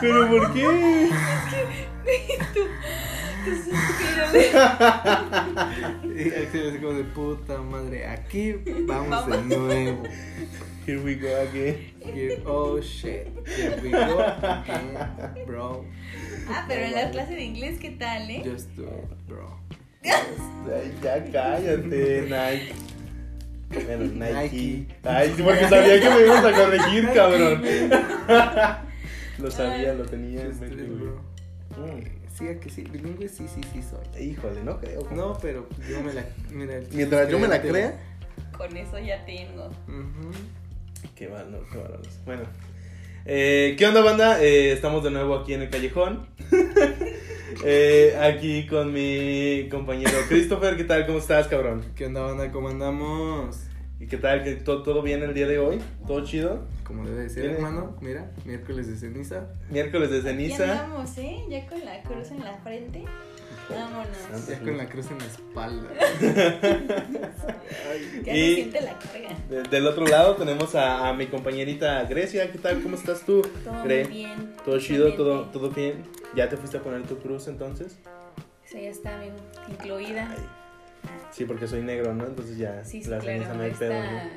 ¿Pero por qué? Tus suspiros. Y Axel así como de puta madre, aquí vamos, de nuevo. Here we go again. Here- oh shit, here we go again, bro. Ah, pero en la clase de inglés, ¿qué tal, eh? Just do it, bro. Ay, ya cállate, Nike. Bueno, Nike. Nike. Ay, sí, porque sabía que me ibas a corregir, cabrón. Lo sabía, lo tenía en Just do mente, it, güey. bro. Sí, a que sí, bilingüe sí, sí, sí soy. Mm, Híjole, no creo. No, pero yo me la. Mira, el Mientras yo me la chiste crea. Con eso ya tengo. Ujú. Qué mal, no, qué bárbaros. Bueno. Eh, ¿Qué onda, banda? Eh, estamos de nuevo aquí en el callejón. Eh, aquí con mi compañero Christopher. ¿Qué tal? ¿Cómo estás, cabrón? ¿Qué onda, banda? ¿Cómo andamos? ¿Y qué tal? ¿Que to- ¿Todo bien el día de hoy? ¿Todo chido? Como debe de ser, ¿Quieres? hermano. Mira, miércoles de ceniza. Miércoles de Ya ceniza. andamos, ¿eh? Ya con la cruz en la frente. Vámonos. Ya con la cruz en la espalda. Ya Y- se siente la carga. De- del otro lado tenemos a, a mi compañerita Grecia. ¿Qué tal? ¿Cómo estás tú? Todo Gre? muy bien. ¿Todo chido? ¿Todo, Excelente. ¿Todo bien? ¿Ya te fuiste a poner tu cruz entonces? Eso ya está bien incluida. Sí, porque soy negro, ¿no? Entonces ya Sí, sí, la ceniza claro. no hay está pedo, ¿no? ¿eh?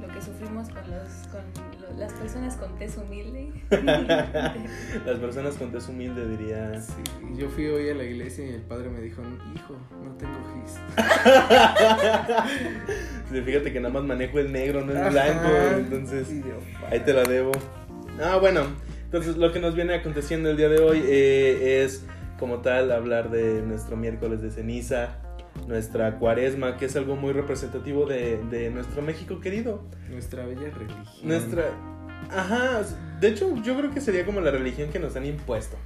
lo que sufrimos con, los, con lo- las personas con tez humilde. Las personas con tez humilde diría. Sí, yo fui hoy a la iglesia y el padre me dijo, hijo, no te cogiste. Sí, Fíjate que nada más manejo el negro, no el Ajá. blanco. Entonces, Y yo, ahí te la debo. Ah, bueno. Entonces, lo que nos viene aconteciendo el día de hoy eh, es, como tal, hablar de nuestro miércoles de ceniza, nuestra cuaresma, que es algo muy representativo de, de nuestro México querido. Nuestra bella religión. Nuestra. Ajá. De hecho, yo creo que sería como la religión que nos han impuesto.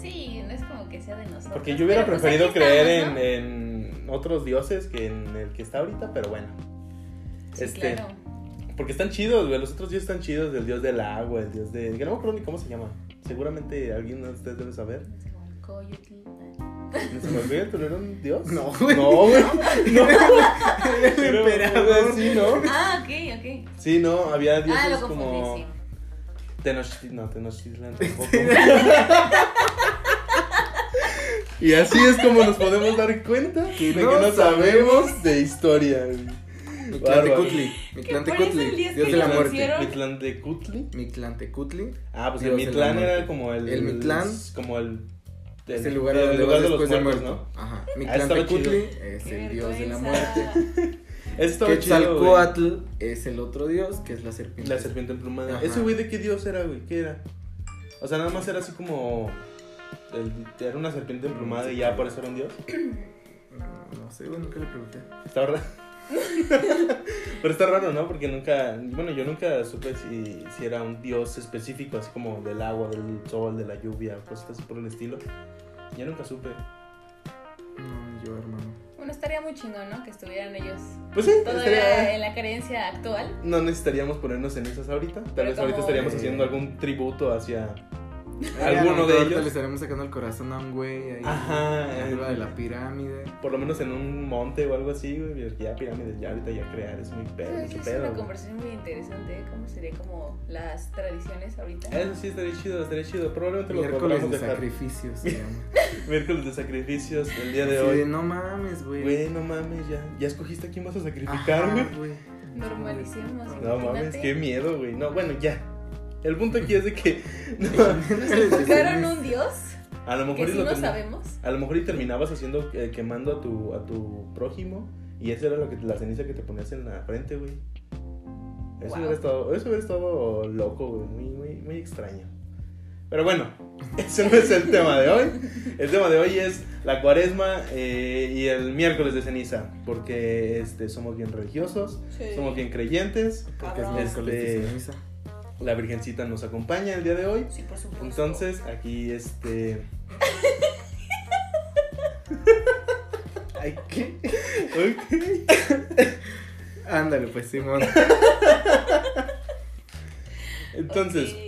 sí, no es como que sea de nosotros. Porque yo hubiera pero, pues, preferido aquí creer estamos, ¿no? en, en otros dioses que en el que está ahorita, pero bueno. Sí, este- claro. Porque están chidos, güey. Los otros dioses están chidos. El dios del agua, el dios de. Que no me acuerdo ni cómo se llama. Seguramente alguien de ustedes debe saber. Nezahualcóyotl. ¿Nezahualcóyotl era un dios? No, güey. No, güey. No. El Pero, emperador. Sí, no. Ah, ok, ok. Sí, no. Había dioses Ah, lo confundí, como. sí. Tenochtitlan. No, Tenochtitlan tampoco. y así es como nos podemos dar cuenta de que no no sabemos de historia. Mi Bárbaro. Cutli. Mi Que por eso el día Cutli. es Dios que de la lo muerte. hicieron. Mitlán de Cutli. Mi Cutli. Ah, pues Dios el de la Mitlán era muerte. como el. El Mictlán. Como el. Es el lugar a donde vas después de muerto. Ajá. Mi Ah, estaba Cutli es Qué el dios de la vergüenza. muerte. Esto Quetzalcoatl es el otro dios, que es la serpiente. La serpiente emplumada. Ajá. ¿Ese güey de qué dios era, güey? ¿Qué era? O sea, nada más era así como. el- era una serpiente emplumada y ya por eso era un dios. No sé, güey, nunca le pregunté. Está raro. Pero está raro, ¿no? Porque nunca. Bueno, yo nunca supe si, si era un dios específico, así como del agua, del sol, de la lluvia, cosas así por el estilo. Yo nunca supe. No, ni yo, hermano. Bueno, estaría muy chingón, ¿no? Que estuvieran ellos Pues sí, todavía estaría- en la carencia actual. No necesitaríamos ponernos en esas ahorita. Tal Pero vez ahorita como- estaríamos Eh. haciendo algún tributo hacia. A Alguno lo de mejor ellos. Le estaremos sacando el corazón a un güey ahí. Ajá. Arriba de la pirámide. eh, Por lo menos en un monte o algo así, güey. porque Ya pirámides, ya ahorita ya crear es muy pedo. Entonces, qué es pedo, una güey. conversación muy interesante. ¿eh? ¿Cómo sería como las tradiciones ahorita? Eso sí estaría chido, estaría chido. Probablemente lo Miércoles podamos de dejar. sacrificios se llama. Miércoles de sacrificios, el día de Así hoy. de, no mames, güey. Güey, no mames, ya. Ya escogiste a quién vas a sacrificar, Ajá, güey. güey. Normalicemos. No mames, imagínate. qué miedo, güey. No, bueno, ya. El punto aquí es de que. no, ¿Invocaron un dios? a lo mejor Que y sí lo no termi- sabemos. A lo mejor y terminabas haciendo eh, quemando a tu, a tu prójimo. Y esa era lo que, la ceniza que te ponías en la frente, güey. Eso, Wow. hubiera estado, eso hubiera estado loco, güey. Muy, muy, muy extraño. Pero bueno, ese no es el tema de hoy. El tema de hoy es la cuaresma eh, y el miércoles de ceniza. Porque este, somos bien religiosos, somos bien creyentes. Porque es Cabrón. miércoles de Este- ceniza. La Virgencita nos acompaña el día de hoy. Sí, por supuesto. Entonces, aquí este. Ay, ¿qué? Ok. Ándale, pues, Simón. Entonces, Ok.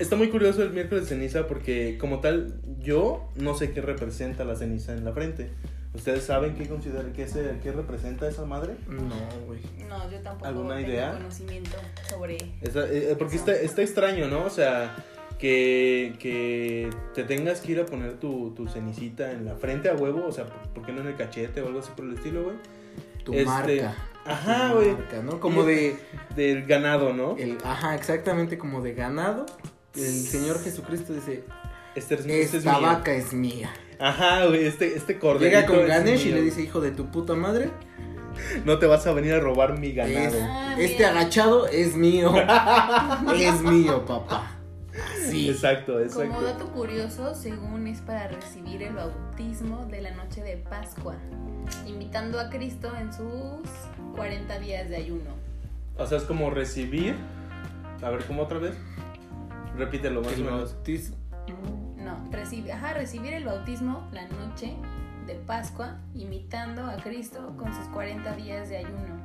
Está muy curioso el miércoles de ceniza porque como tal yo no sé qué representa la ceniza en la frente. ¿Ustedes saben qué considera qué, se- qué representa esa madre? No, güey. No, yo tampoco ¿Alguna tengo idea? conocimiento sobre. Esa- eh, eh, porque está, está extraño, ¿no? O sea, que, que te tengas que ir a poner tu, tu cenicita en la frente a huevo, o sea, ¿por qué no en el cachete o algo así por el estilo, güey? Tu Este, marca. Ajá, tu güey. marca, ¿no? Como Y- este. de. Del ganado, ¿no? el- ajá, exactamente como de ganado. El Señor Jesucristo dice: Este, es- este es Esta mío. vaca es mía. Ajá, güey, este, este cordero. Llega con Ganesh y le dice: Hijo de tu puta madre, No te vas a venir a robar mi ganado. es- Ah, este mira. agachado es mío. es mío, papá. Así. Exacto, Como exacto. dato curioso, según es para recibir el bautismo de la noche de Pascua, invitando a Cristo en sus 40 días de ayuno. O sea, es como recibir. A ver, ¿cómo otra vez? Repítelo más o El menos. bautismo. No, recibe, ajá, recibir el bautismo la noche de Pascua, imitando a Cristo con sus 40 días de ayuno.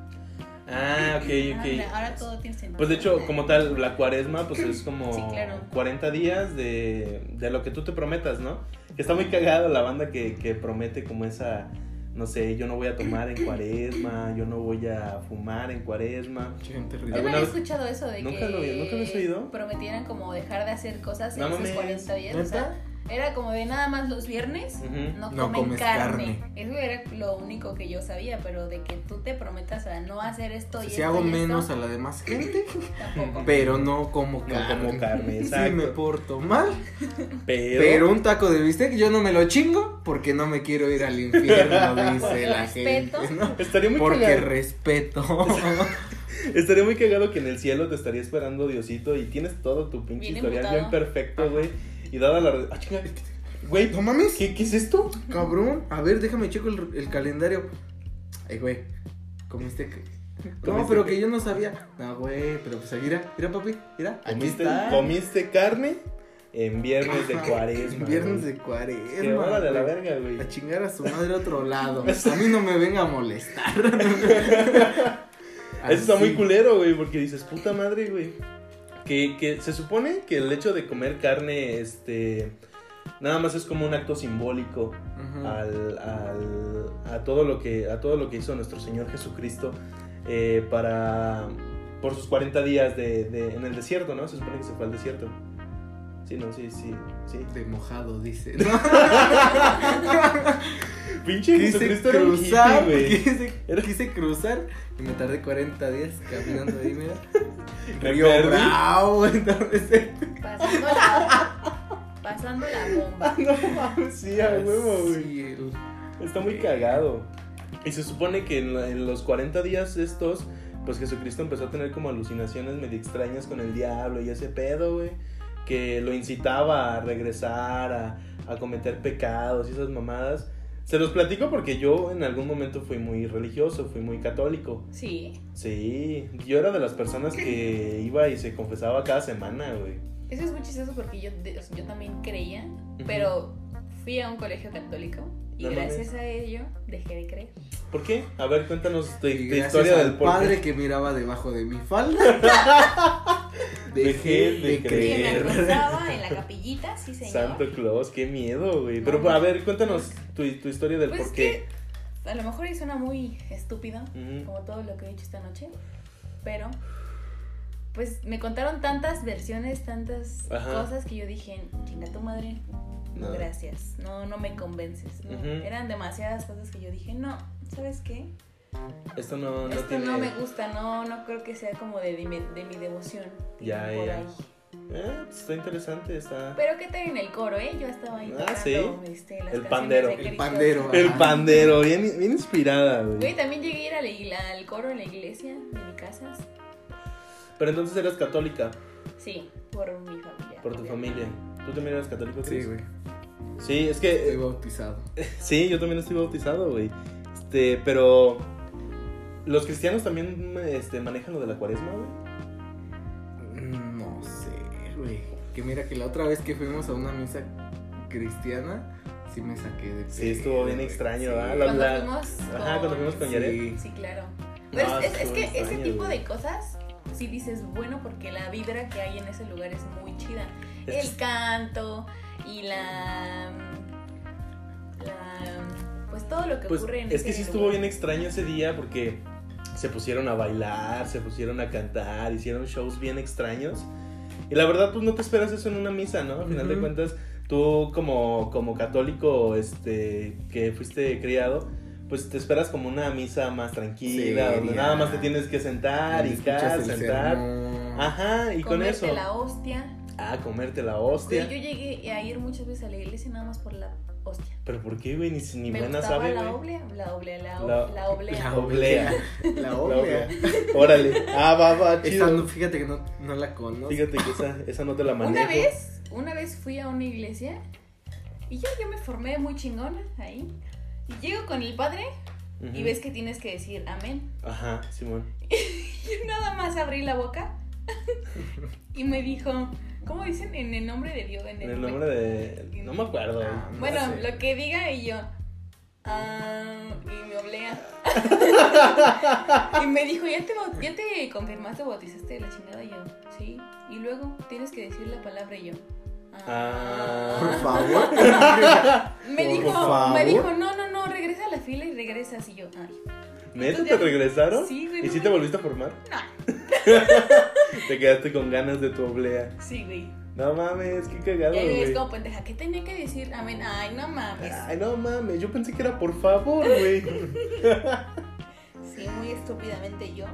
Ah, ok, Ah, ok. mira, ahora todo tiene sentido. Pues de hecho, como tal, la cuaresma, pues es como Sí, claro. 40 días de, de lo que tú te prometas, ¿no? Que está muy cagada la banda que, que promete como esa, no sé, yo no voy a tomar en cuaresma, yo no voy a fumar en cuaresma. Gente Yo ¿Alguna no había vez? escuchado eso de ¿Nunca que lo había- nunca lo has oído? prometieran como dejar de hacer cosas en No esos mames. 40 días. O sea, ¿Neta? Era como de nada más los viernes Ujú. no, No comen comes carne. carne. Eso era lo único que yo sabía, pero de que tú te prometas a no hacer esto y Si esto hago y esto, menos a la demás gente, tampoco. pero no como No carne. como carne, Si me exacto. porto mal, Pero, pero un taco de bistec yo no me lo chingo porque no me quiero ir al infierno, dice Porque la respeto. gente. ¿no? estaría muy Porque cagado. respeto. Estaría muy cagado que en el cielo te estaría esperando Diosito y tienes todo tu pinche Bien historial bien emputado. perfecto, güey. Y dada la. Ah, chinga. Güey, no mames, ¿qué, ¿qué es esto? cabrón. A ver, déjame checo el, el calendario. Ay, güey, comiste. que- No, ¿Comiste pero qué? que yo no sabía. No, güey, pero pues mira, mira, papi, mira. Aquí ¿Comiste, está. comiste carne en viernes de Ajá, cuaresma. Viernes güey. de cuaresma. Que órale a la güey. verga, güey. A chingar a su madre a otro lado. A mí no me venga a molestar. Eso está muy Así. culero, güey, porque dices, puta madre, güey. Que, que se supone que el hecho de comer carne, este. Nada más es como un acto simbólico Ujú. al, al- a, todo lo que, a todo lo que hizo nuestro Señor Jesucristo eh, para, por sus 40 días de, de- en el desierto, ¿no? Se supone que se fue al desierto. Sí, no, sí, sí, sí. De mojado, dice. No, Pinche quise Jesucristo era un hippie, cruzar. güey. Quise, Era- quise cruzar y me tardé 40 días caminando ahí, mira. Me Río perdí. Bravo, entonces. Pasando la, pasando la bomba. No mames, sí, a huevo, güey. así el- Está muy cagado. Y se supone que en, la- en los 40 días estos, pues Jesucristo empezó a tener como alucinaciones medio extrañas con el diablo y ese pedo, güey. Que lo incitaba a regresar, a, a cometer pecados y esas mamadas. Se los platico porque yo en algún momento fui muy religioso, fui muy católico. Sí, Sí, yo era de las personas que iba y se confesaba cada semana, güey. eso es muy chistoso porque yo, de- o sea, yo también creía, pero fui a un colegio católico y No mames. gracias a ello dejé de creer. ¿Por qué? A ver, cuéntanos tu, tu y gracias historia al del por qué. padre que miraba debajo de mi falda. Dejé de Que me Creer. acostaba en la capillita, sí señor. Pues Santo Claus, qué miedo, güey. No, Pero no. a ver, cuéntanos tu, tu historia del Pues por qué. A lo mejor y suena muy estúpido, Ujú. como todo lo que he dicho esta noche, pero pues me contaron tantas versiones, tantas Ajá. cosas que yo dije, chinga tu madre, No. gracias, no, no me convences. no". Ujú. Eran demasiadas cosas que yo dije, no, ¿sabes qué? Esto no, no Esto tiene. no me gusta, no, no creo que sea como de, mi- de mi devoción. Ya, por ya. ahí. Eh, pues está interesante, está. Pero que tal en el coro, ¿eh? Yo estaba ahí Ah, tocando, sí. este, las El canciones pandero. de El Cristo. pandero. El Ajá. pandero, bien, bien inspirada, Ah. Güey, güey. también llegué a ir a la igl- al coro en la iglesia de mi casa. Pero entonces eras católica, Sí, por mi familia. por tu familia. ¿Tú también eras católico? Sí, Cris? güey. Sí, es Estoy que. bautizado. Sí, yo también estoy bautizado, güey. Este, pero. ¿Los cristianos también este, manejan lo de la cuaresma, güey? No sé, güey. Que mira que la otra vez que fuimos a una misa cristiana, sí me saqué de Sí, pedo, estuvo bien güey. extraño, Sí. ¿verdad? La- Cuando la- fuimos Ajá, cuando fuimos con Sí. Yaret. Sí, claro. Pero No, es, es- es estuvo que ese extraño, tipo güey. de cosas, si dices, bueno, porque la vibra que hay en ese lugar es muy chida. Es El canto y la... la- pues todo lo que Pues ocurre en es que ese sí estuvo lugar. bien extraño ese día porque se pusieron a bailar, se pusieron a cantar, hicieron shows bien extraños. Y la verdad, pues no te esperas eso en una misa, ¿no? Al final de Ujú. cuentas, tú como, como católico este, que fuiste criado, pues te esperas como una misa más tranquila, donde Seria. nada más te tienes que sentar, Donde hincar, escuchas el sentar. Ah, sermón. Ajá, y con Comerte eso. la hostia. Ah, comerte la Güey, hostia. yo llegué a ir muchas veces a la iglesia nada más por la hostia. Pero ¿por qué, güey? Ni, si- ni me buena gustaba sabe, la güey. oblea, la oblea, la, La- o- la oblea. La oblea. oblea. La La oblea. oblea. Órale. Ah, va, va, Esa no- chido. fíjate que no, no la conozco. Fíjate que esa, esa no te la manejo. Una vez, una vez fui a una iglesia y yo, yo me formé muy chingona ahí. Y llego con el padre Ujú. y ves que tienes que decir amén. Ajá, Simón. Y nada más abrí la boca y me dijo, ¿cómo dicen? En el nombre de Dios. En el, En el nombre de... No me acuerdo. Ah, no Bueno, sé. lo que diga y yo. "Ah", y me oblea. y me dijo, ¿ya te, bau- ¿ya te confirmaste, bautizaste la chingada? Y yo, sí. Y luego tienes que decir la palabra y yo. "Ah". Por Ah. favor. me por dijo, favor. me dijo, no, no, no, regresa a la fila y regresas. Y yo, ay, ¿Neta te regresaron? sí, güey. ¿Y no si me- te volviste a formar? No. Te quedaste con ganas de tu oblea. Sí, güey. No mames, qué cagado, Y ahí es güey. como pendeja, ¿qué tenía que decir? Amén. Ay, no mames. Ay, no mames, yo pensé que era por favor, güey. Sí, muy estúpidamente yo.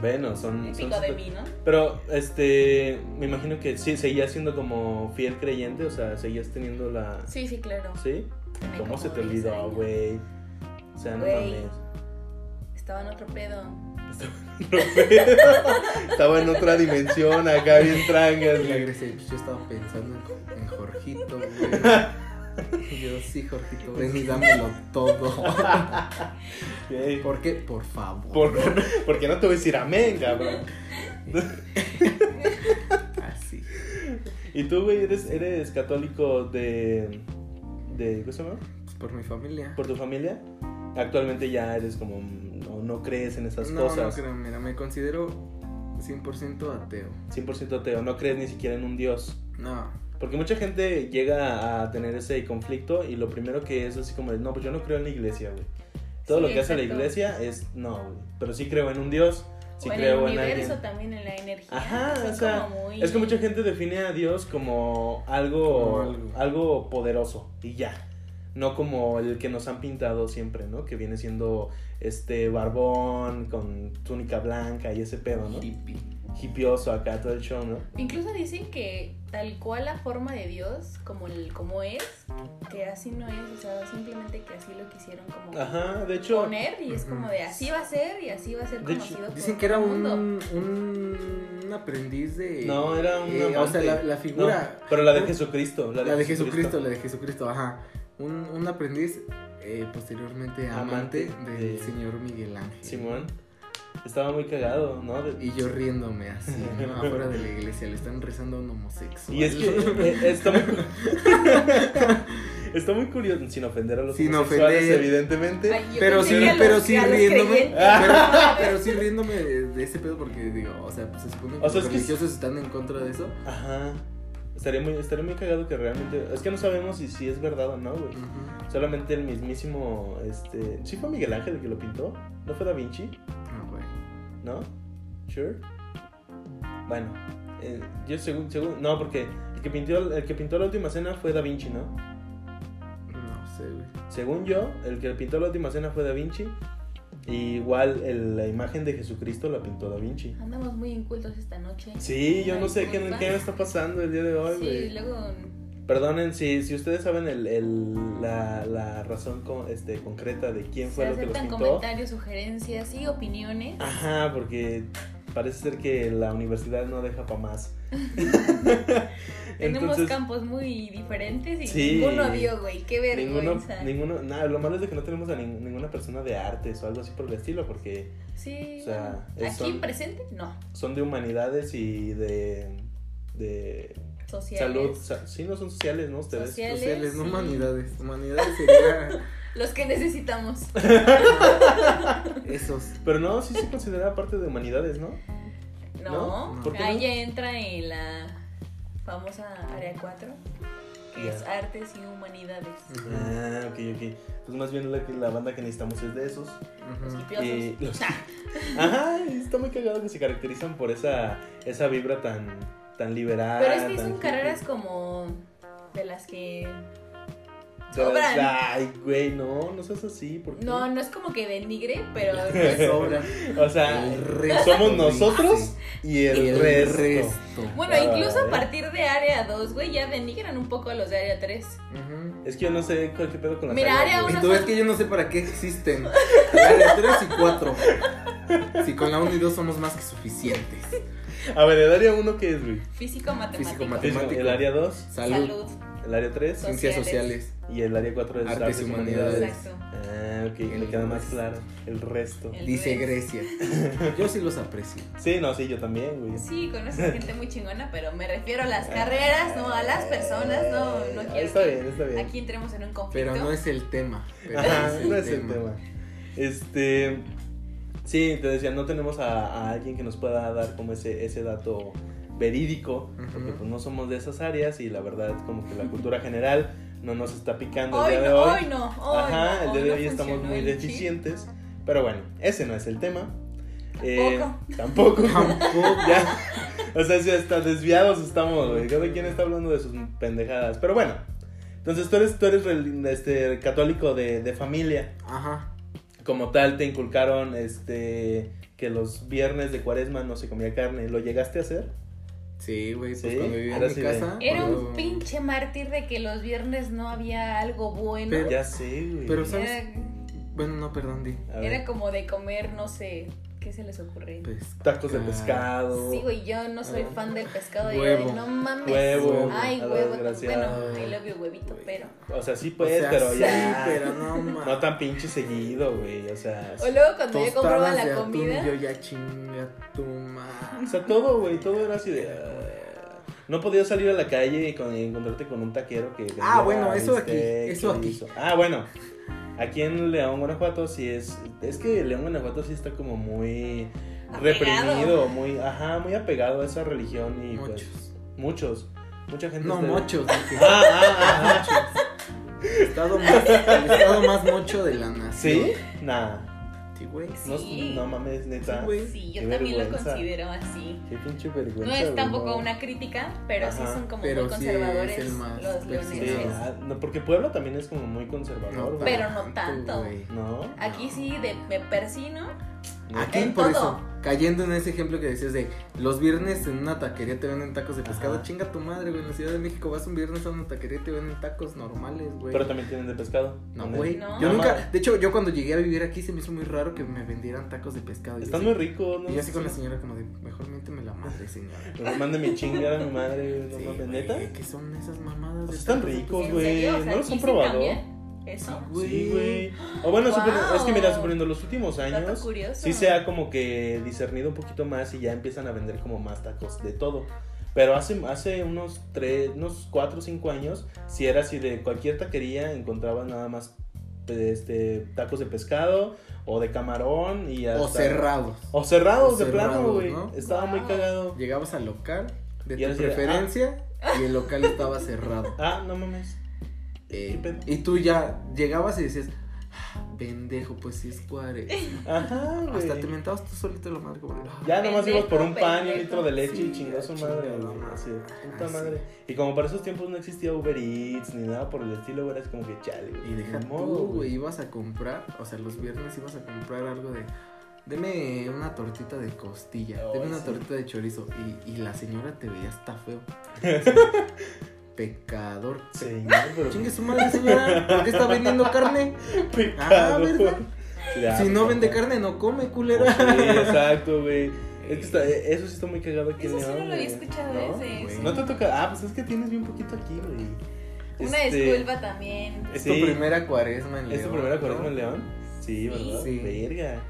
bueno, Mm, son... son Típico de super- mí, ¿no? Pero, este, me imagino que sí, seguías siendo como fiel creyente, o sea, seguías teniendo la... Sí, sí, claro. ¿Sí? Tenía ¿Cómo como se te 10 olvidó, años. güey? O sea, no Güey. mames. Estaba en otro pedo. Estaba en otra dimensión, acá bien trangas, Y le güey. agresé, pues yo estaba pensando en, en Jorgito, güey. Y Yo sí, Jorgito, Pues ven y dámelo todo. Güey, ¿Por qué? Por favor. Por, porque no te voy a decir amén, cabrón. Así. Y tú, güey, eres, eres católico de, de. ¿Cómo se llama? Pues por mi familia. ¿Por tu familia? Actualmente ya eres como. No, no crees en esas no, cosas. no creo, mira, me considero 100% ateo. 100% ateo. No crees ni siquiera en un Dios. No, Porque mucha gente llega a tener ese conflicto y lo primero que es así como de, no, pues yo no creo en la iglesia, güey. Todo Sí, lo que hace la exacto. iglesia es no, güey. Pero sí creo en un Dios, sí o en el creo en universo alguien. también, en la energía. Ajá, Son o sea, como muy- Es que mucha gente define a Dios como algo, Como algo. algo poderoso y ya. No como el que nos han pintado siempre, ¿no? Que viene siendo este barbón con túnica blanca y ese pedo, ¿no? hippie. Hipioso acá, todo el show, ¿no? Incluso dicen que tal cual la forma de Dios, como, el, como es, que así no es, o sea, simplemente que así lo quisieron como Ajá, de hecho... poner y es Ujú. como de así va a ser y así va a ser De hecho, conocido por Dicen que era todo el un, mundo. un, aprendiz de. No, era un eh, o sea, amante. la, la figura. No, pero la de un- Jesucristo. La La de, Jesucristo. la de Jesucristo, ajá. Un, un aprendiz, eh, posteriormente Amante amante, del de- señor Miguel Ángel. Simón. Estaba muy cagado, ¿no? De- Y yo riéndome así, ¿no? afuera de la iglesia, le están rezando a un homosexual. Y es que eh, está muy... está muy curioso, sin ofender a los Sin homosexuales, ofender. evidentemente. Ay, yo pero pensé sí, que a los- pero sí a los riéndome. creyentes. Pero, pero sí riéndome de, de ese pedo porque digo, o sea, pues se supone que O los sea, es que- religiosos están en contra de eso. Ajá. Estaría muy, estaría muy cagado que realmente... Es que no sabemos si, si es verdad o no, güey. Ujú. Solamente el mismísimo, este... ¿Sí fue Miguel Ángel el que lo pintó? ¿No fue Da Vinci? No, güey. ¿No? ¿Sure? Bueno, eh, yo según, según... No, porque el que, pintó, el que pintó la última cena fue Da Vinci, ¿no? No sé, güey. Según yo, el que pintó la última cena fue Da Vinci. Y igual el- la imagen de Jesucristo la pintó Da Vinci. Andamos muy incultos esta noche. Sí, yo no sé qué, Disculpa. qué me está pasando el día de hoy, Sí, güey. luego Perdonen si, si ustedes saben el- el- la, la razón con- este, concreta de quién se fue lo que los aceptan pintó. comentarios, sugerencias y opiniones. Ajá, porque parece ser que la universidad no deja para más. Tenemos Entonces, campos muy diferentes y Sí. ninguno dio, güey. Qué ninguno, vergüenza. ninguno, nada, lo malo es de que no tenemos a nin- ninguna persona de artes o algo así por el estilo, porque Sí. O sea, bueno, es- aquí son- presente, no. son de humanidades y de, de Sociales. salud. Sa- sí, no son sociales, ¿no? Ustedes. Social. Sociales, Sociales, no sí. humanidades. Humanidades sería Los que necesitamos. esos. Pero no, sí se considera parte de humanidades, ¿no? No. ¿No? ¿Por qué Ahí no? ya entra en la famosa área 4, que Ya. es artes y humanidades. Ujú. Ah, ok, ok. Pues más bien la, que- la banda que necesitamos es de esos. Los Ujú. hipiosos. Eh, los- Ajá, y está muy cagado que se caracterizan por esa, esa vibra tan, tan liberal. Pero es que tan son hippie. carreras como de las que... Pero, sobran. Ay, güey, no, no seas así. ¿por qué? No, no es como que denigre, pero... Sobra. O sea, El resto, somos güey, nosotros sí. y el, resto. Bueno, Ah, incluso ¿eh? a partir de área 2, güey, ya denigran un poco a los de área 3. Ujú. Es que yo no sé cuál qué pedo con la Mira, tarea, área güey. uno Y tú ves que yo no sé para qué existen. Área 3 y 4. Si con la 1 y 2 somos más que suficientes. A ver, el área 1 qué es, güey. Físico, matemático. Físico, matemático. Físico, El área 2, Salud, Salud. el área 3 Social. ciencias sociales. sociales. y el área 4 es Artes y Pues, humanidades. Exacto. Ah, ok, El le queda más resto. claro. El resto. El- Dice resto. Grecia. Yo sí los aprecio. Sí, no, sí, yo también, güey. Sí, conozco gente muy chingona, pero me refiero a las carreras, no a las personas, no, no Ah, quiero. Está que bien, está bien. Aquí entremos en un conflicto. Pero no es el tema. Pero Ajá, no es el tema. Este. Sí, te decía, no tenemos a, a alguien que nos pueda dar como ese, ese dato verídico, porque Ujú. pues no somos de esas áreas y la verdad como que la cultura general no nos está picando Hoy el día de no, hoy. hoy no, hoy no, Ajá, el día de no hoy estamos funcionó muy el deficientes, pero bueno, ese no es el tema. Eh, tampoco. Tampoco. Ya, o sea, si hasta desviados estamos, güey. Cada quien está hablando de sus pendejadas. Pero bueno, entonces tú eres, tú eres rel- este, católico de, de familia. Ajá. Como tal, te inculcaron este, que los viernes de cuaresma no se comía carne. ¿Lo llegaste a hacer? Sí, güey, pues Sí, cuando vivía en ahora mi sí casa. ve. Era un cuando- pinche mártir de que los viernes no había algo bueno. Pero- Ya sé, güey. Pero, ¿sabes? era, Bueno, no, perdón, di. A ver, era como de comer, no sé, ¿qué se les ocurre? Pesca- tacos de pescado. Sí, güey, yo no soy Ah. fan del pescado. Huevo. Yo, no mames. Huevo. Ay, A la huevo. desgraciada. Bueno, I love you, huevito, Güey. pero. O sea, sí O pues, sea, pero sí, ya. pero no mames. No tan pinche seguido, güey. O sea, O luego cuando yo compraba Tostadas de la atún y comida. Yo ya chingue a tu madre. o sea, todo, güey, todo era así de. ah, No podías salir a la calle y, con- y encontrarte con un taquero que. vendía Ah, bueno, eso aquí, bistec, eso aquí. chorizo. Ah, bueno. Aquí en León, Guanajuato, sí es. Es que León, Guanajuato, sí está como muy Apegado. reprimido, muy. Ajá, muy apegado a esa religión y pues. Muchos. Muchos. Mucha gente. No, está- mochos. dije. Ah, ah, ah, ah. Estado más, el estado más mocho de la nación. ¿Sí? Nah. Sí, güey. No, Sí. no mames, neta. Sí, güey. Sí, Qué yo también lo vergüenza. considero así. Qué pinche No vergüenza. es güey, tampoco no. una crítica, pero sí Ajá. son como Pero muy sí conservadores es el más los Sí, leoneses. perseguido. ah, no, porque Puebla también es como muy conservador, güey. Pero no tanto. güey. ¿No? Aquí sí de, me persino. no. Aquí, En todo. por eso, cayendo en ese ejemplo que decías de los viernes en una taquería te venden tacos de pescado, Ajá. chinga tu madre, güey. En la Ciudad de México vas un viernes a una taquería y te venden tacos normales, güey. Pero también tienen de pescado. No, ¿Dónde? güey. No. Yo No, nunca, mames. de hecho, yo cuando llegué a vivir aquí se me hizo muy raro que me vendieran tacos de pescado. Y yo Están así- muy ricos, ¿no? Y yo así con la señora como de, mejor miénteme la madre, señora. Pero Mande mi chingar a mi madre, no Sí, mames, güey, neta. ¿Qué son esas mamadas? Pues de están tacos de ricos, ¿En güey, serio? O ¿no sea, los aquí han sí probado? cambia Eso. pescado? Sí, güey. O bueno, Wow. suponiendo- es que mira, suponiendo los últimos Dato años, curioso. sí se ha como que discernido un poquito más y ya empiezan a vender como más tacos de todo. Pero hace, hace unos 3, unos 4 o 5 años, si era así de cualquier taquería, encontraban nada más este, tacos de pescado o de camarón y O hasta- cerrados. O cerrados, de Cerrados, plano, güey. ¿no? Estaba muy Wow. cagado. Llegabas al local de Y ahora tu sí de, preferencia y el local estaba cerrado. Ah, no mames. Eh, ¿Qué pedo? y tú ya llegabas y decías, "Ah, pendejo, pues sí es cuare. Ajá, güey. Hasta te mentabas tú solito la madre. Como, "Ah, Ya nomás Pendejo, ibas por un pan y un pendejo. litro de leche y Sí, chingó a su ya, madre. chingada güey. madre. Así, de, puta Ah, sí. madre. Y como para esos tiempos no existía Uber Eats ni nada por el estilo, eras como que chale, güey. Y deja ni tú, güey, ibas a comprar, o sea, los viernes ibas a comprar algo de, deme una tortita de costilla, Ay, deme una sí. tortita de chorizo, y, y la señora te veía hasta feo. Pecador. Sí, no, pero. Chingue su madre, señora, ¿por qué está vendiendo carne? pecado, ah, ¿verdad? güey. Ya, Si no pues, vende no. carne, no come, Pues culera. Sí, exacto, güey. Es que está- e, eso sí está muy cagado aquí en Eso sí León, no lo había güey. escuchado ¿No? ese, güey. sí. No te toca. Ah, pues es que tienes bien poquito aquí, güey. Una Este, disculpa también. Es Sí. tu primera cuaresma en León. ¿Es tu primera cuaresma ¿no? en León? Sí, ¿verdad? Sí. Verga.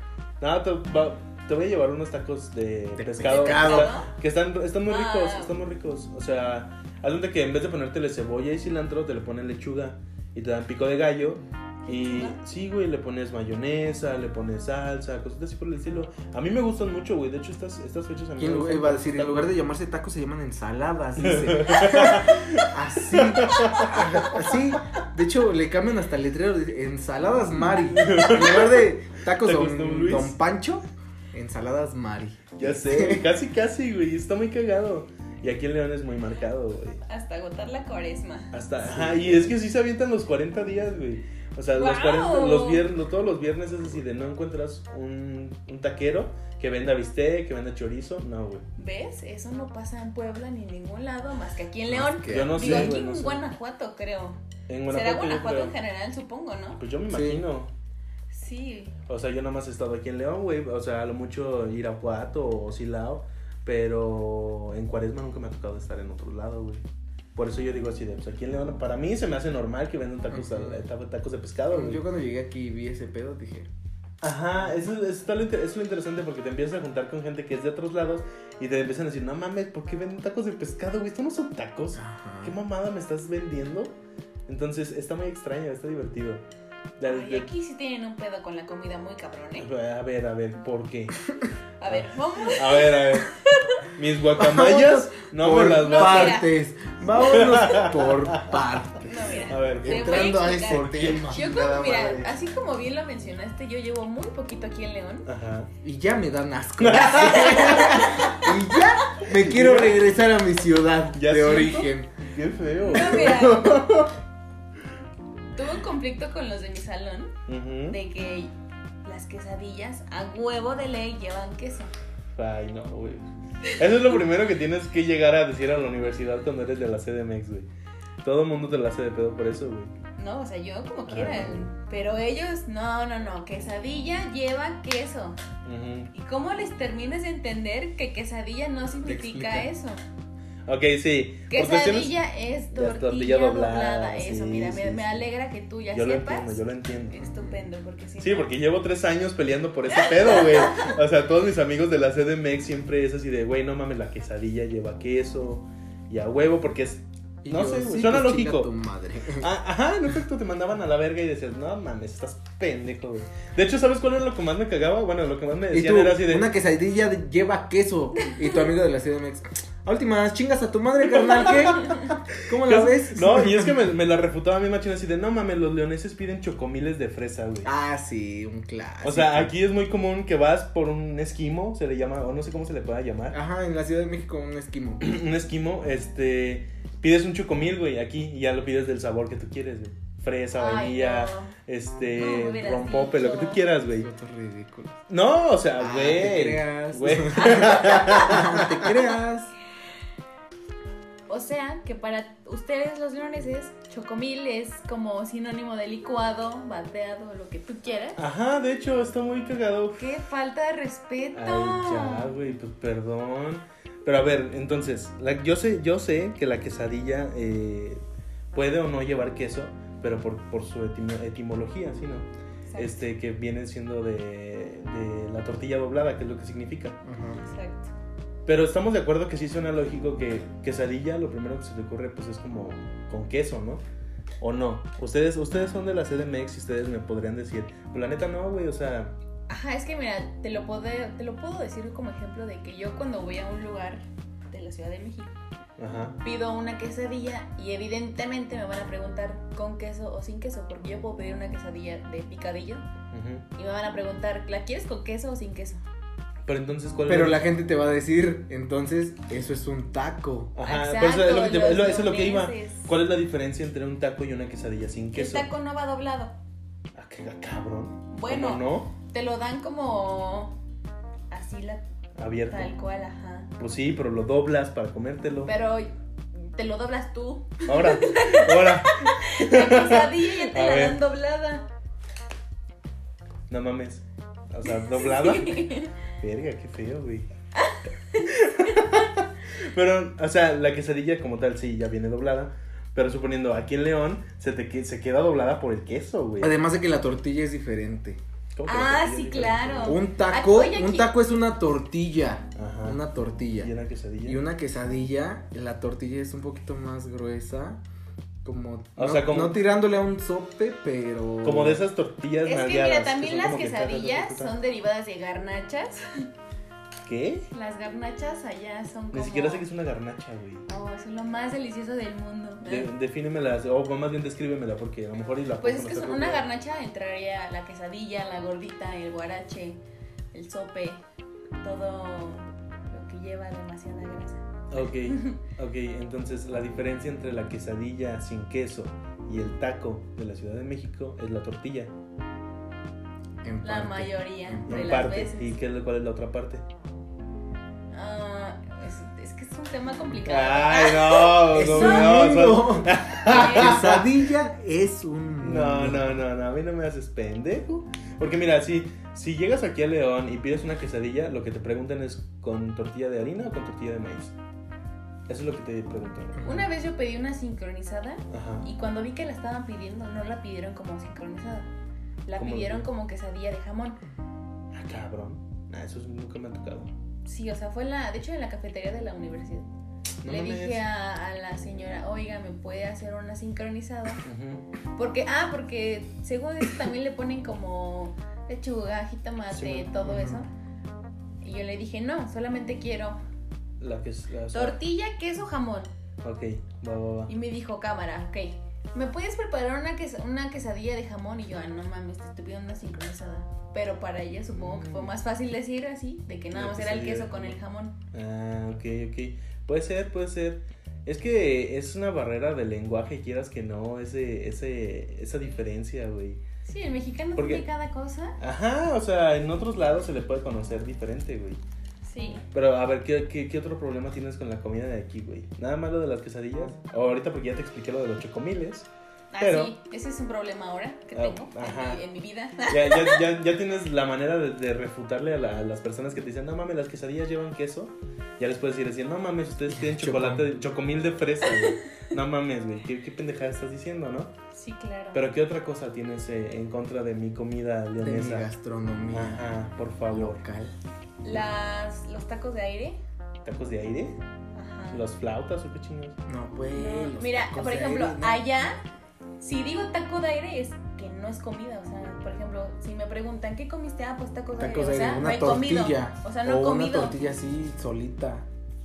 No, te, va- te voy a llevar unos tacos de, De pescado. pescado. que está- Que están, están muy Ah. ricos, están muy ricos. O sea, haz cuenta que en vez de ponértele cebolla y cilantro, te le ponen lechuga y te dan pico de gallo. Y ¿Lechuga? sí, güey, le pones mayonesa, le pones salsa, cositas así por el estilo. A mí me gustan mucho, güey. De hecho, estas, estas fechas a mí ¿Quién me lo gustan iba a mucho decir? los En lugar de tacos. llamarse tacos se llaman ensaladas, dice. Así. Así. De hecho, le cambian hasta el letrero de ensaladas Mari. En lugar de tacos, Tacos don, Don Luis. Don Pancho, ensaladas Mari. Ya sé, casi, casi, güey. Está muy cagado. Y aquí en León es muy marcado, güey. Hasta agotar la cuaresma. Hasta, ajá, y es que sí se avientan los 40 días, güey. O sea, los ¡Guau! 40, los viernes, todos los viernes es así de no encuentras un, un taquero que venda bistec, que venda chorizo, no, güey. ¿Ves? Eso no pasa en Puebla ni en ningún lado más que aquí en Más León. que- Yo Ah, no Digo, sé, aquí güey, en no sé. Guanajuato, creo. En Será Guanajuato, yo Guanajuato creo. en general, supongo, ¿no? Pues yo me Sí. imagino. Sí. O sea, yo nada más he estado aquí en León, güey. O sea, a lo mucho Irapuato o Silao. Pero en Cuaresma nunca me ha tocado estar en otro lado, güey. Por eso yo digo así de, pues aquí en León, para mí se me hace normal que vendan tacos, Ajá. al- ta- tacos de pescado, güey. Yo cuando llegué aquí y vi ese pedo dije, Ajá, eso, eso está lo inter- es lo interesante porque te empiezas a juntar con gente que es de otros lados y te empiezan a decir, no mames, ¿por qué venden tacos de pescado, güey? Esto no son tacos. Ajá. ¿Qué mamada me estás vendiendo? Entonces, está muy extraño, está divertido. La- Ay, aquí sí tienen un pedo con la comida muy cabrón, ¿eh? A ver, a ver, ¿por qué? A ver, vamos. A ver, a ver. Mis guacamayas no me por las vas pa- partes. Vámonos por partes. No, mira. A ver, Te voy Entrando a explicar. ese tema. Yo nada como, mira, más. así como bien lo mencionaste, yo llevo muy poquito aquí en León. Ajá. Y ya me dan asco. y ya me quiero regresar a mi ciudad Ya de siento. origen. Qué feo. No, mira. Tuve un conflicto con los de mi salón Ujú. de que las quesadillas a huevo de ley llevan queso. Ay, no, güey. Eso es lo primero que tienes que llegar a decir a la universidad cuando eres de la CDMX, güey. Todo el mundo te la hace de pedo por eso, güey. No, o sea, yo como Ah. quiera. Pero ellos, no, no, no, quesadilla lleva queso. Ujú. ¿Y cómo les terminas de entender que quesadilla no significa eso? explica. Ok, sí. Por cuestiones- Quesadilla es tortilla tortilla, doblada, doblada, sí, eso. Mira, sí, me, me sí. alegra que tú ya Yo lo sepas. entiendo, yo lo entiendo. Estupendo, porque si Sí, no- porque llevo tres años peleando por ese pedo, güey. O sea, todos mis amigos de la CDMX siempre es así de, güey, no mames, la quesadilla lleva queso y a huevo, porque es Y No yo, sé, güey, sí, suena pues, chinga lógico. tu madre. Ah, ajá, en efecto te mandaban a la verga y decías, no mames, estás pendejo, güey. De hecho, ¿sabes cuál era lo que más me cagaba? Bueno, lo que más me Y decían tú, era así de. una quesadilla de- lleva queso. Y tu amigo de la CDMX. A últimas, chingas a tu madre, carnal, ¿qué? ¿Cómo las ves? No, y es que me, me la refutaba mi machina así de, no mames, los leoneses piden chocomiles de fresa, güey. Ah, sí, un clásico. o sea, aquí es muy común que vas por un esquimo, se le llama, o no sé cómo se le pueda llamar. Ajá, en la Ciudad de México un esquimo. Un esquimo, este. Pides un chocomil, güey, aquí, y ya lo pides del sabor que tú quieres, güey. Fresa, Ay, vainilla, no. este. No me hubieras rompope, lo que tú dicho. quieras, güey. Otro ridículo. No, o sea, Ah, te güey. creas. güey. No te creas. O sea, que para ustedes los leoneses, chocomil es como sinónimo de licuado, bateado, lo que tú quieras. Ajá, de hecho, está muy cagado. ¡Qué falta de respeto! Ay, ya, güey, pues perdón. Pero a ver, entonces, la- yo, sé, yo sé que la quesadilla eh, puede o no llevar queso, pero por, por su etimo- etimología, ¿sí, no? Exacto, Este, que viene siendo de, de la tortilla doblada, que es lo que significa. Ajá. exacto. Pero estamos de acuerdo que sí suena lógico que quesadilla, lo primero que se te ocurre, pues es como con queso, ¿no? ¿O no? Ustedes, ustedes son de la CDMX y ustedes me podrían decir, pues la neta no, güey, o sea, Ajá, es que mira, te lo, puedo, te lo puedo decir como ejemplo de que yo cuando voy a un lugar de la Ciudad de México, ajá. pido una quesadilla y evidentemente me van a preguntar con queso o sin queso, porque yo puedo pedir una quesadilla de picadillo ujú. y me van a preguntar, ¿la quieres con queso o sin queso? Pero entonces, ¿cuál Pero es? la gente te va a decir, entonces, eso es un taco. Ajá, Exacto, pero eso es lo que, te- los es lo- eso es lo que iba. leoneses. ¿Cuál es la diferencia entre un taco y una quesadilla sin El queso? taco no va doblado. Ah, qué cabrón. Bueno. ¿Cómo Te lo dan como así la no? Abierto. tal cual, ajá. Pues sí, pero lo doblas para comértelo. Pero te lo doblas tú. Ahora, ahora. La quesadilla ya te A la ver. dan doblada. No mames. O sea, doblada. Sí. Verga, qué feo, güey. pero, o sea, la quesadilla como tal sí ya viene doblada. Pero suponiendo, aquí en León se te que- se queda doblada por el queso, güey. Además de que la tortilla es diferente. ¿Cómo que la Ah, quesadilla sí, es claro. Un taco, Oye, aquí- un taco es una tortilla. diferente? Ajá. Una tortilla. Ah. Y una quesadilla. Y una quesadilla, la tortilla es un poquito más gruesa. Como, O no, sea, como- no tirándole a un sope, pero. Como de esas tortillas Es que nalgueadas, mira, también son las como que ta, ta, ta, ta, quesadillas ta. son derivadas de garnachas. ¿Qué? Las garnachas allá son Ni como... siquiera sé que es una garnacha, güey. Oh, eso es lo más delicioso del mundo. ¿Eh? De, defínemela, o más bien descríbemela, porque a lo mejor y la Pues es puedo que conocer son una como- garnacha entraría la quesadilla, la gordita, el guarache, el sope, todo lo que lleva demasiada grasa. Ok, ok, entonces la diferencia entre la quesadilla sin queso y el taco de la Ciudad de México es la tortilla. En La parte. mayoría En de en las parte. veces. ¿Y qué es, cuál es la otra parte? Ah, es, es que es un tema complicado. Ay, no, Es no, un no, no, mundo. Ah, Quesadilla es un no, mundo. no, no, no, a mí no me haces pendejo. Porque mira, si, si llegas aquí a León y pides una quesadilla, lo que te preguntan es ¿con tortilla de harina o con tortilla de maíz? Eso es lo que te preguntan. Una vez yo pedí una sincronizada Ajá. y cuando vi que la estaban pidiendo, no la pidieron como sincronizada. La ¿Cómo? pidieron como quesadilla de jamón. Ah, cabrón. Ah, eso nunca me ha tocado. Sí, o sea, fue en la, de hecho en la cafetería de la universidad. No Le mames. dije a, a la señora, oiga, ¿me puede hacer una sincronizada? Ujú. Porque, ah, porque según eso también le ponen como lechuga, jitomate, Sí, bueno. todo Ujú. eso. Y yo le dije, no, solamente quiero La que es. la- tortilla, queso, jamón. Ok, va, va, va. Y me dijo, cámara, ok. ¿Me puedes preparar una, ques- una quesadilla de jamón? Y yo, ah, no mames, te estoy pidiendo una sincronizada. Pero para ella supongo que fue más fácil decir así, de que nada Una más era el quesadilla Mm. de queso con el jamón. Ah, ok, ok. Puede ser, puede ser. Es que es una barrera de lenguaje, quieras que no, ese, ese, esa diferencia, güey. Sí, el mexicano Porque- tiene cada cosa. Ajá, o sea, en otros lados se le puede conocer diferente, güey. Sí. Pero a ver, ¿qué, qué, qué otro problema tienes con la comida de aquí, güey? Nada más lo de las quesadillas. Ahorita porque ya te expliqué lo de los chocomiles. Pero- Pero, ese es un problema ahora que Ah, tengo en ajá. mi- en mi vida. Ya, ya, ya, ya tienes la manera de, de refutarle a, la- a las personas que te dicen, no mames, las quesadillas llevan queso. Ya les puedes decir, no mames, ustedes tienen chocolate, de- chocomil de fresa, güey. No mames, güey, ¿qué, qué pendejada estás diciendo, ¿no? Sí, claro. Pero ¿qué otra cosa tienes eh, en contra de mi comida De mi leonesa? gastronomía Ajá, por favor. local. Las, los tacos de aire. ¿Tacos de aire? Ajá. ¿Los flautas o qué chingados? No, pues. No, los Mira, tacos por de ejemplo, aire, no. allá, si digo taco de aire es que no es comida. O sea, por ejemplo, si me preguntan, ¿qué comiste? Ah, pues tacos de aire. Tacos de o sea, aire, no una he tortilla. comido. O sea, no he o Una comido. tortilla así solita.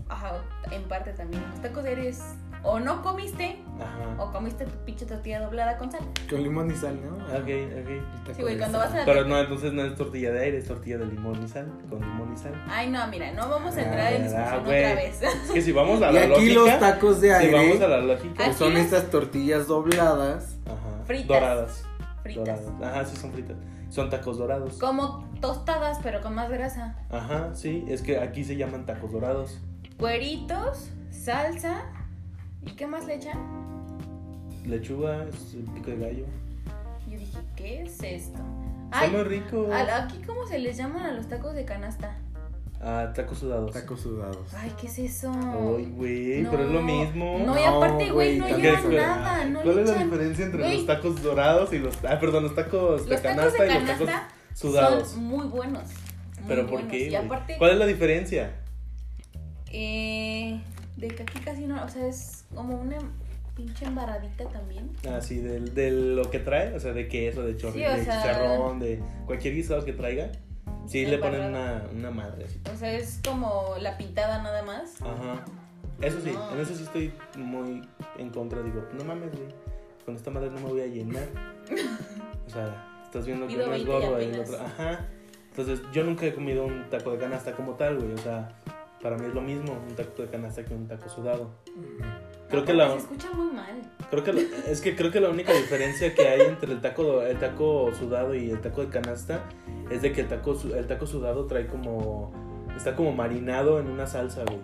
Ajá, en parte también. Los tacos de aire es o no comiste Ajá. o comiste tu pinche tortilla doblada con sal. Con limón y sal, ¿no? Ah, Ok, ok. El taco Sí, güey, de cuando sal. vas a... Pero no, entonces no es tortilla de aire, es tortilla de limón y sal, con limón y sal. Ay, no, mira, no vamos a entrar en Ah, discusión güey. otra vez. Es que si vamos a Y la aquí lógica... los tacos de si aire vamos a la lógica... Aquí pues, son los- estas tortillas dobladas. Ajá. Fritas. Doradas. Fritas. Doradas. Ajá, sí son fritas. Son tacos dorados. Como tostadas, pero con más grasa. Ajá, sí, es que aquí se llaman tacos dorados. Cueritos, salsa. ¿Y qué más le echan? Lechuga, es el pico de gallo. Yo dije, ¿qué es esto? Está muy Ay, rico. al- aquí cómo se les llaman a los tacos de canasta. Ah, tacos sudados. Tacos sudados. Ay, ¿qué es eso? Ay, güey, pero es lo mismo. No, y No, aparte, güey, güey, no también llevan es- nada. No ¿Cuál le es la echan- diferencia entre Güey. los tacos dorados y los... Ah, perdón, los tacos de Los tacos canasta de y los tacos canasta sudados? son muy buenos. muy ¿Pero por buenos. qué? Y güey? aparte, ¿Cuál es la diferencia? eh, de que aquí casi no, o sea, es como una pinche embaradita también. Así, Ah, del, de lo que trae, o sea, de queso, de chorro, Sí, o de sea- chicharrón, de cualquier guisado que traiga. Sí, le ponen Embarrada. una, una madre así. O sea, es como la pintada nada más. Ajá. Eso sí, No. en eso sí estoy muy en contra. Digo, no mames, güey, con esta madre no me voy a llenar. o sea, estás viendo que Pido uno es 20 y gordo y el apenas. otro. Ajá. Entonces, yo nunca he comido un taco de canasta como tal, güey. O sea, para mí es lo mismo un taco de canasta que un taco sudado. Creo que Aparte, la. Se escucha muy mal. Creo que la- es que creo que la única diferencia que hay entre el taco do- el taco sudado y el taco de canasta es de que el taco su- el taco sudado trae como está como marinado en una salsa, güey.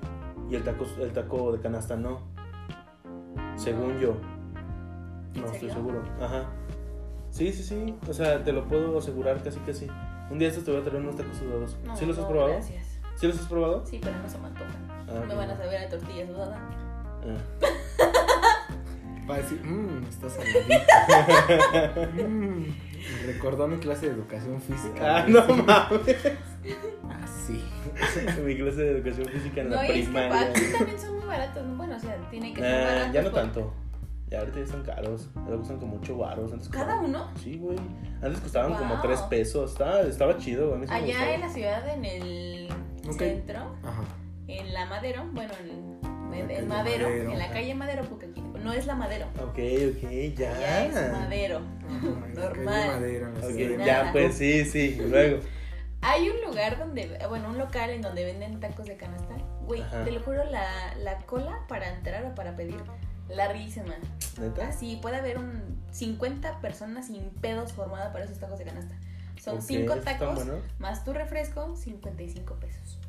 Y el taco el taco de canasta no. Según yo. ¿En No estoy serio? seguro. Ajá. Sí, sí, sí. O sea, te lo puedo asegurar casi que sí. Un día estos te voy a traer unos tacos sudados. No, ¿Sí los has no, probado? Gracias. ¿Sí los has probado? Sí, pero no se me antojan. Ah, Me van a saber a tortilla sudada. ah. Va a decir, mmm, está saladita. mmm. Recordó mi clase de educación física. Ah, no mames. Así. Mi clase de educación física en No, la y es que primaria. aquí también son muy baratos. ¿no? Bueno, o sea, tienen que ser pues, Eh, baratos. ya no porque- tanto. Ya ahorita ya están caros. Ahora gustan como 8 baros. Antes ¿Cada costaban- uno? Sí, güey. Antes costaban como Wow. 3 pesos. Estaba, estaba chido, güey. A mí sí me Allá gustaba. en la ciudad, en el Ok. centro, Ajá. en la Madero, bueno, en, En la en calle Madero, Madero. en la calle Madero, porque aquí no es la Madero. Ok, ok, ya. Ya es Madero. Normal. Normal. Ok, Sí, ya, nada. pues sí, sí. Luego. Hay un lugar donde, bueno, un local en donde venden tacos de canasta. Güey, Ajá. te lo juro, la, la cola para entrar o para pedir, larguísima. ¿Neta? Así puede haber un 50 personas sin pedos formada para esos tacos de canasta. Son Ok, 5 ¿están tacos buenos? más tu refresco, 55 pesos.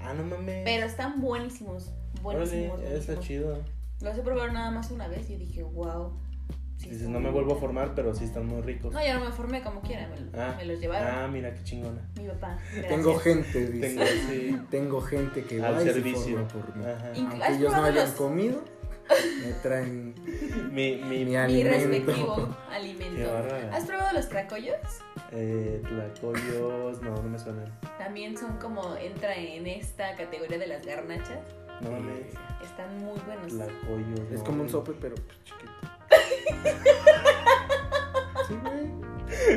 Ah, no mames. Pero están buenísimos, buenísimos. Órale, está buenísimos. chido. Los he probado nada más una vez y dije, wow. sí Dices, están no me muy vuelvo a ricos". formar, pero sí están muy ricos. No, ya no me formé como quiera, me, Ah. me los llevaron. Ah, mira qué chingona. Mi papá. gracias. Tengo gente, dice. Tengo Tengo, así. gente que Al va y se servicio. Ah, forma por mí. Ajá. Y- Aunque ¿Has ellos no probado hayan los- comido, me traen Mi, mi, mi Mi alimento. respectivo Qué alimento. bárbara. ¿Has probado los tracollos? Eh, tlacoyos. No, no me suenan. También son como, entra en esta categoría de las garnachas. No mames. Están muy buenos. Tlacoyos. Es no, como un güey. sope, pero pues, chiquito. Sí, güey.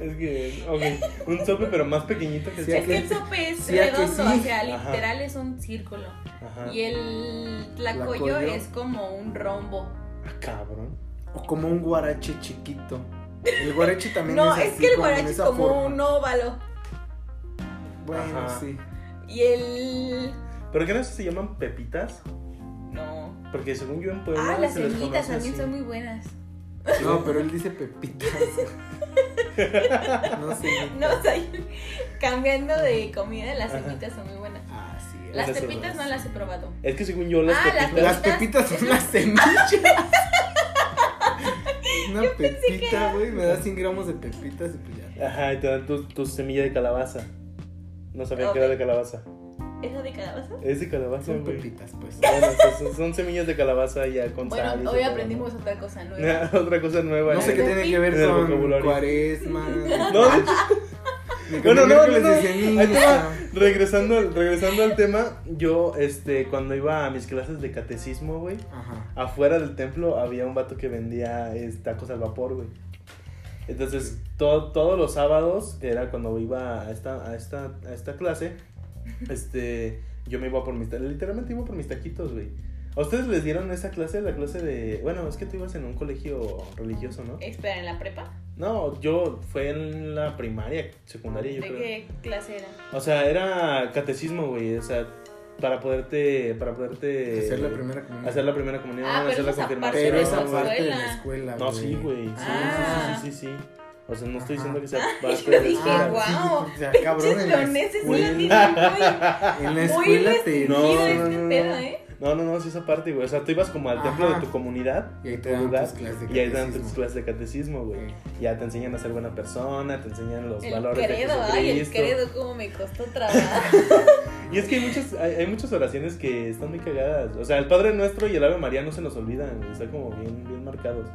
Es que, ok. Un sope, pero más pequeñito que el Sí, Es que sope. el sope es Sí, a que redondo, sí. o sea, Ajá. Ah. literal es un círculo. Ajá. Y el tlacoyo, Tlacoyo. es como un rombo. Ah, cabrón. O como un guarache chiquito. El guarache también No, es es así, que el como en guarache es esa como forma. un óvalo. Bueno, Ajá. sí. Y el. ¿Pero qué no se llaman pepitas? No. Porque según yo en Puebla Ah, las se les semillitas conoce también así. son muy buenas. Sí, No, pero él dice pepitas. no sé. No, o sea, cambiando de comida, las Ajá. semillitas son muy buenas. Ah, sí. Las Esas son pepitas no buenas. las he probado. Es que según yo las Ah, las pepitas... Las pepitas son las semillas. Una pepita, güey, me da 100 gramos de pepitas y pues ya. Ajá, y te dan tu, tu semilla de calabaza. No sabía que era de calabaza. ¿Es la de calabaza? Es de calabaza, Son güey. pepitas, pues. Bueno, pues, son, son semillas de calabaza ya con sal y Bueno, ese hoy pedo, ¿no? aprendimos otra cosa nueva. Otra cosa nueva. No sé ¿eh? qué tiene que En el ver con vocabulario. cuaresma. No, de hecho, bueno, no, no, no. Ahí te va. no. regresando, al- regresando al tema, yo, este, cuando iba a mis clases de catecismo, güey, Ajá. afuera del templo había un vato que vendía eh, tacos al vapor, güey. Entonces, to- todos los sábados, que era cuando iba a esta, a esta, a esta clase, este, yo me iba por mis, ta- literalmente iba por mis taquitos, güey. ¿A ustedes les dieron esa clase, la clase de, bueno, es que tú ibas en un colegio religioso, ¿no? Espera, ¿en la prepa? No, yo fue en la primaria, secundaria, yo ¿De creo. qué clase era? O sea, era catecismo, güey, o sea, para poderte, para poderte... Hacer la primera comunión. Eh, Hacer la primera comunión, Ah, pero hacer eso la es aparte confirmación. Pero esa la parte de la escuela. escuela. No, sí, güey. Sí, Ah. sí, sí, sí, sí. O sea, no estoy Ajá. diciendo que sea yo parte de la dije, Ah, escuela. guau. wow. O sea, cabrón, Pinches en la leoneses, sí la escuela, tienen en la muy, muy escuela te... restringido No, este no, no, no. pedo, ¿eh? No, no, no, sí esa parte, güey. O sea, tú ibas como al templo Ajá. de tu comunidad Y ahí te tu dan lugar, tus clases de y ahí te dan tus catecismo. clases de catecismo, güey. Ya te enseñan a ser buena persona, te enseñan los El valores credo, de ay, el Jesucristo. credo, cómo me costó trabajo. Y es que hay muchas, hay, hay muchas oraciones que están muy cagadas. O sea, el Padre Nuestro y el Ave María no se nos olvidan, güey. Están como bien, bien marcados.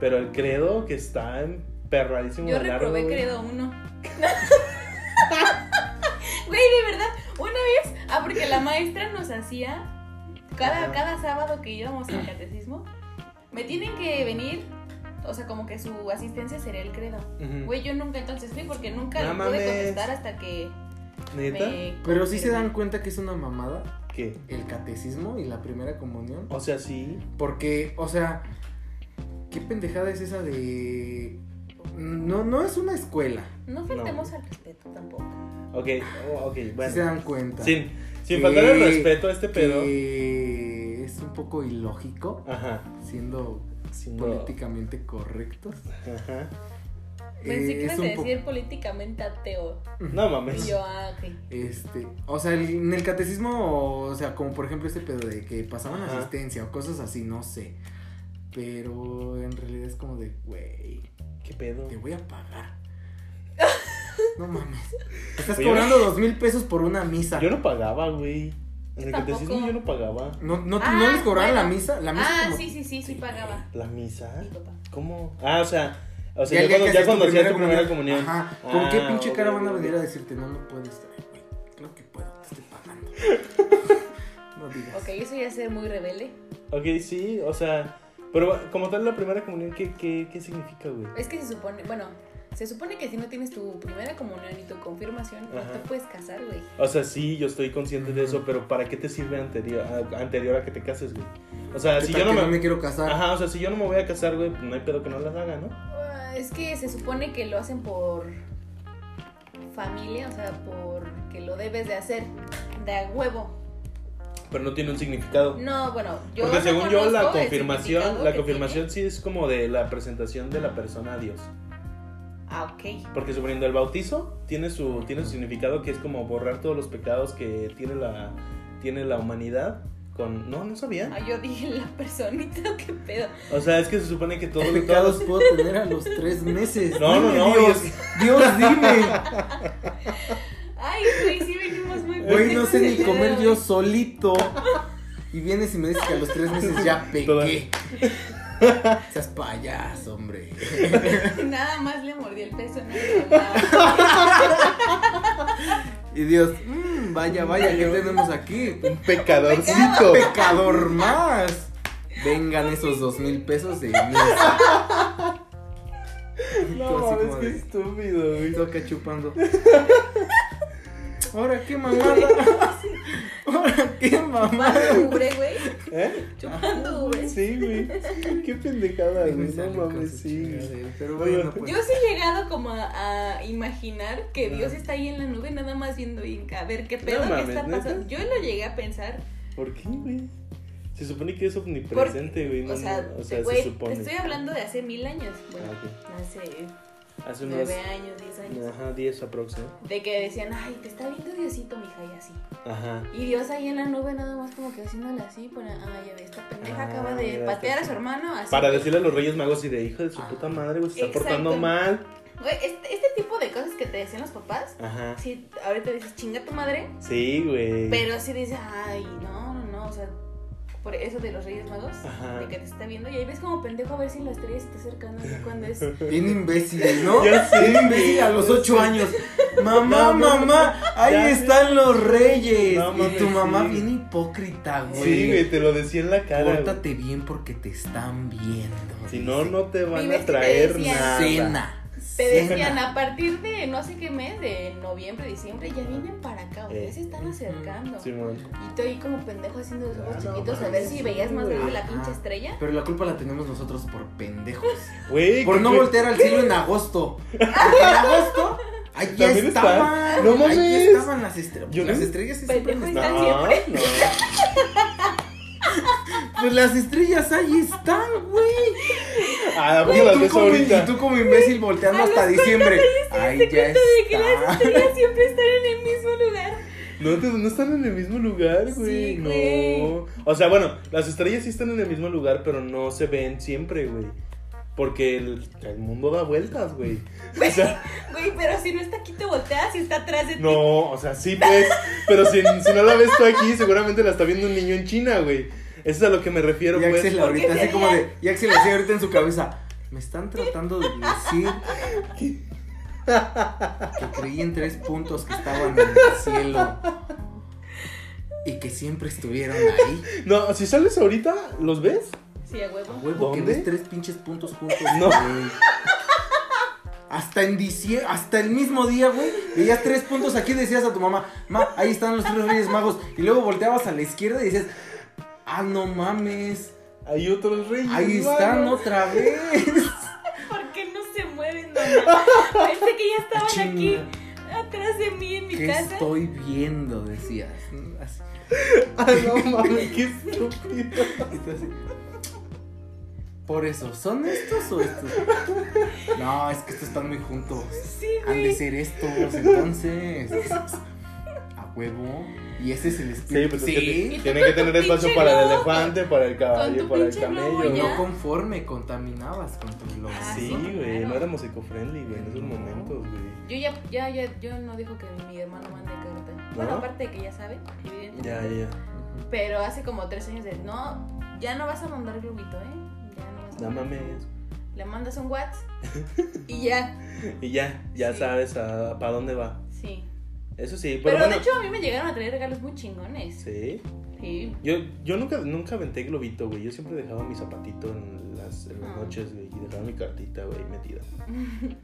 Pero el credo que está perradísimo Yo de largo, reprobé güey. credo uno. Güey, de verdad, una vez, ah, porque la maestra nos hacía, cada, Ajá. cada sábado que íbamos al catecismo, me tienen que venir, o sea, como que su asistencia sería el credo. Ujú. Güey, yo nunca entonces fui porque nunca No lo pude mames. contestar hasta que ¿Neta? me... Pero sí se dan cuenta que es una mamada ¿Qué? el catecismo y la primera comunión. O sea, sí. Porque, o sea, ¿qué pendejada es esa de... No, no es una escuela, No faltemos al respeto tampoco. Ok, oh, ok, si se bueno. dan cuenta. Sin, sin Que- faltar el respeto a este pedo. que es un poco ilógico, Ajá. siendo Sin políticamente correctos. Ajá. Pensé Eh, que ibas es a un po- Pues, decir políticamente ateo. No Y mames. yo, ah, ok. Este, o sea, el- en el catecismo, o sea, como por ejemplo este pedo de que pasaban Ajá. asistencia o cosas así, no sé. Pero en realidad es como de, güey, ¿Qué pedo? te voy a pagar. No mames. Estás Oye, cobrando dos mil pesos por una misa. Yo no pagaba, güey. En el Yo tampoco. catecismo yo no pagaba. ¿No, no, Ah, ¿no les cobraban bueno. la misa? La misa Ah, como- sí, sí, sí, sí pagaba. ¿La misa? Mi papá. ¿Cómo? Ah, o sea, o sea, el ya, día que cuando, ya haces cuando tu hacías tu primera comunión. Ajá. ¿Con qué Ah, pinche ok, cara van a ok. venir a decirte? No, no puedes traer, güey. Claro que puedo, te estoy pagando. no digas. Ok, eso ya es ser muy rebelde. Ok, sí, o sea. Pero como tal, la primera comunión, ¿qué, qué, qué significa, güey? Es que se supone, bueno, se supone que si no tienes tu primera comunión y tu confirmación, no Ajá. te puedes casar, güey. O sea, sí, yo estoy consciente de Ujú. eso, pero ¿para qué te sirve anterior a, anterior a que te cases, güey? O sea, ¿Qué Ah, si tal yo no que me. quiero casar. Ajá, o sea, si yo no me voy a casar, güey, pues no hay pedo que no las haga, ¿no? Ah, Es que se supone que lo hacen por familia, o sea, porque lo debes de hacer de a huevo. pero no tiene un significado. No, bueno, yo. Porque no según yo la conozco el confirmación, significado la que confirmación sí es como de la presentación de la persona a Dios. tiene. Ah, ok. Porque suponiendo el bautizo tiene su tiene su significado que es como borrar todos los pecados que tiene la tiene la humanidad con no no Ah, sabía. yo dije la personita, qué pedo. O sea, es que se supone que todos ¿Qué los pecados puedo tener a los tres meses? No, no, Dime, no, Dios, y Dios, dime. Ay, güey, sí venimos muy Güey, no sé perfectos ni el día de comer hoy. yo solito. Y vienes y me dices que a los tres meses ya Toda- pequé. Seas payaso, hombre. Nada más le mordí el peso. no hizo nada. Y Dios, mm, vaya, vaya, ¿qué tenemos aquí? Un pecadorcito. Pecador más. Vengan esos dos mil pesos de Inés. Tú así No, es como que de- estúpido, güey. Y toca chupando. Ahora qué mamada. Ahora qué mamada. Chupando ubre, güey. ¿Eh? Chupando ubre. Sí, güey. Qué pendejada, güey. No mames, sí. güey. Pero bueno, pues. Yo sí he llegado como a, a imaginar que Dios está ahí en la nube nada más viendo y- a ver qué pedo No que mames, está ¿neta? pasando. Yo lo llegué a pensar. ¿Por qué, güey? Se supone que es omnipresente, güey. no, o sea, no, o sea, güey, se supone. te estoy hablando de hace mil años. Bueno, Ah, hace Hace unos nueve años, diez años. ajá, 10 aprox, ¿eh? ¿no? De que decían, ay, te está viendo Diosito, mija, y así. Ajá. Y Dios ahí en la nube nada más como que haciéndole así para, ah, ya ve, esta pendeja Ah, acaba de ya patear está. a su hermano así. Para decirle a los Reyes Magos y de hijo de su Ah. puta madre, güey, se está Exacto. portando mal. Güey, este, este tipo de cosas que te decían los papás, Ajá. sí, ahorita dices, chinga tu madre, Sí, güey. pero sí dices, ay, no, no, no, o sea, por eso de los Reyes Magos, Ajá. de que te está viendo, y ahí ves como pendejo a ver si la estrella se está acercando, ya cuando es... Bien imbéciles, ¿no? Ya sé, Bien imbécil a güey, los ya ocho sé. años. Mamá, No, no, mamá, ahí ya sé. están los reyes. No, y mames, tu mamá sí. bien hipócrita, güey. Sí, güey, te lo decía en la cara. güey. Pórtate bien porque te están viendo. Si no, no te van Vives que a te traer decían. nada. Cena. Te cena. decían, a partir de no sé qué mes, de noviembre, diciembre, ya vienen para acá, ustedes se están acercando. Simón. Y tú ahí como pendejo haciendo los ojos Eh, Ah, no chiquitos a ver mames, si veías más güey. grande la Ajá. pinche estrella. Pero la culpa la tenemos nosotros por pendejos. Güey, Por que- no que- voltear al cielo en agosto. Porque en agosto. Ahí ya También está. estaban. No ahí mames. ya estaban las estrellas. Yo las no- estrellas sí siempre Pendejo. están. No, no. Pues las estrellas ahí están, güey. Ah, Y porque las tú ves como- ahorita. Y tú como imbécil volteando A los hasta diciembre. Ahí Te ya Ah. cuento de que las está. estrellas siempre están en el mismo lugar. No, te- no están en el mismo lugar, güey. Sí, no. güey. O sea, bueno, las estrellas sí están en el mismo lugar, pero no se ven siempre, güey. Porque el, el mundo da vueltas, güey. O sea, Güey, pero si no está aquí te volteas y está atrás de ti. no, o sea, sí ves. Pero si, si no la ves tú aquí, seguramente la está viendo un niño en China, güey. Eso es a lo que me refiero, Y pues. Axel ahorita así como de. Y Axel así ahorita en su cabeza. Me están tratando de decir. Que creí en tres puntos que estaban en el cielo. Y que siempre estuvieron ahí. No, si sales ahorita, ¿los ves? Sí, a huevo. A huevo, que ¿Dónde? ves tres pinches puntos juntos. No. güey. Hasta en diciembre, hasta el mismo día, güey, veías tres puntos aquí y decías a tu mamá, ma, ahí están los tres reyes magos. Y luego volteabas a la izquierda y decías, ah, no mames, Hay otros reyes. ahí magos. están otra vez. ¿Por qué no se mueven, mamá? Pensé que ya estaban aquí. Chinga, Atrás de mí en mi ¿Qué casa. estoy viendo? Decías. Así, Ah, no mames, qué estúpido. Entonces, Por eso, ¿son estos o estos? No, es que estos están muy juntos. Sí, Han de güey. ser estos, entonces. A huevo. Y ese es el Sí, espíritu. pues es que Y te- tú tiene que con tu tener espacio pinche para el globo, elefante, para el con tu caballo, para el pinche globo, camello. ya. No conforme contaminabas con tu lobo. Ah, Sí, sí, güey, claro. no éramos eco-friendly, güey, en esos No. momentos, güey. Yo ya, ya, ya, yo no dejo que mi hermano mande carta. Bueno, aparte de que ya sabe, evidentemente. Ya, ya. Pero hace como tres años de, no, ya no vas a mandar globito, ¿eh? Ya no vas a No mandar mames. globito". Le mandas un WhatsApp y ya. Y ya, ya Sí. sabes a, para dónde va. Sí. Eso sí, pero, Pero, bueno. de hecho a mí me llegaron a traer regalos muy chingones. Sí. Sí. Yo, yo nunca, nunca aventé globito, güey. Yo siempre dejaba mi zapatito en las, en las Ah. noches, güey. Y dejaba mi cartita, güey, metida.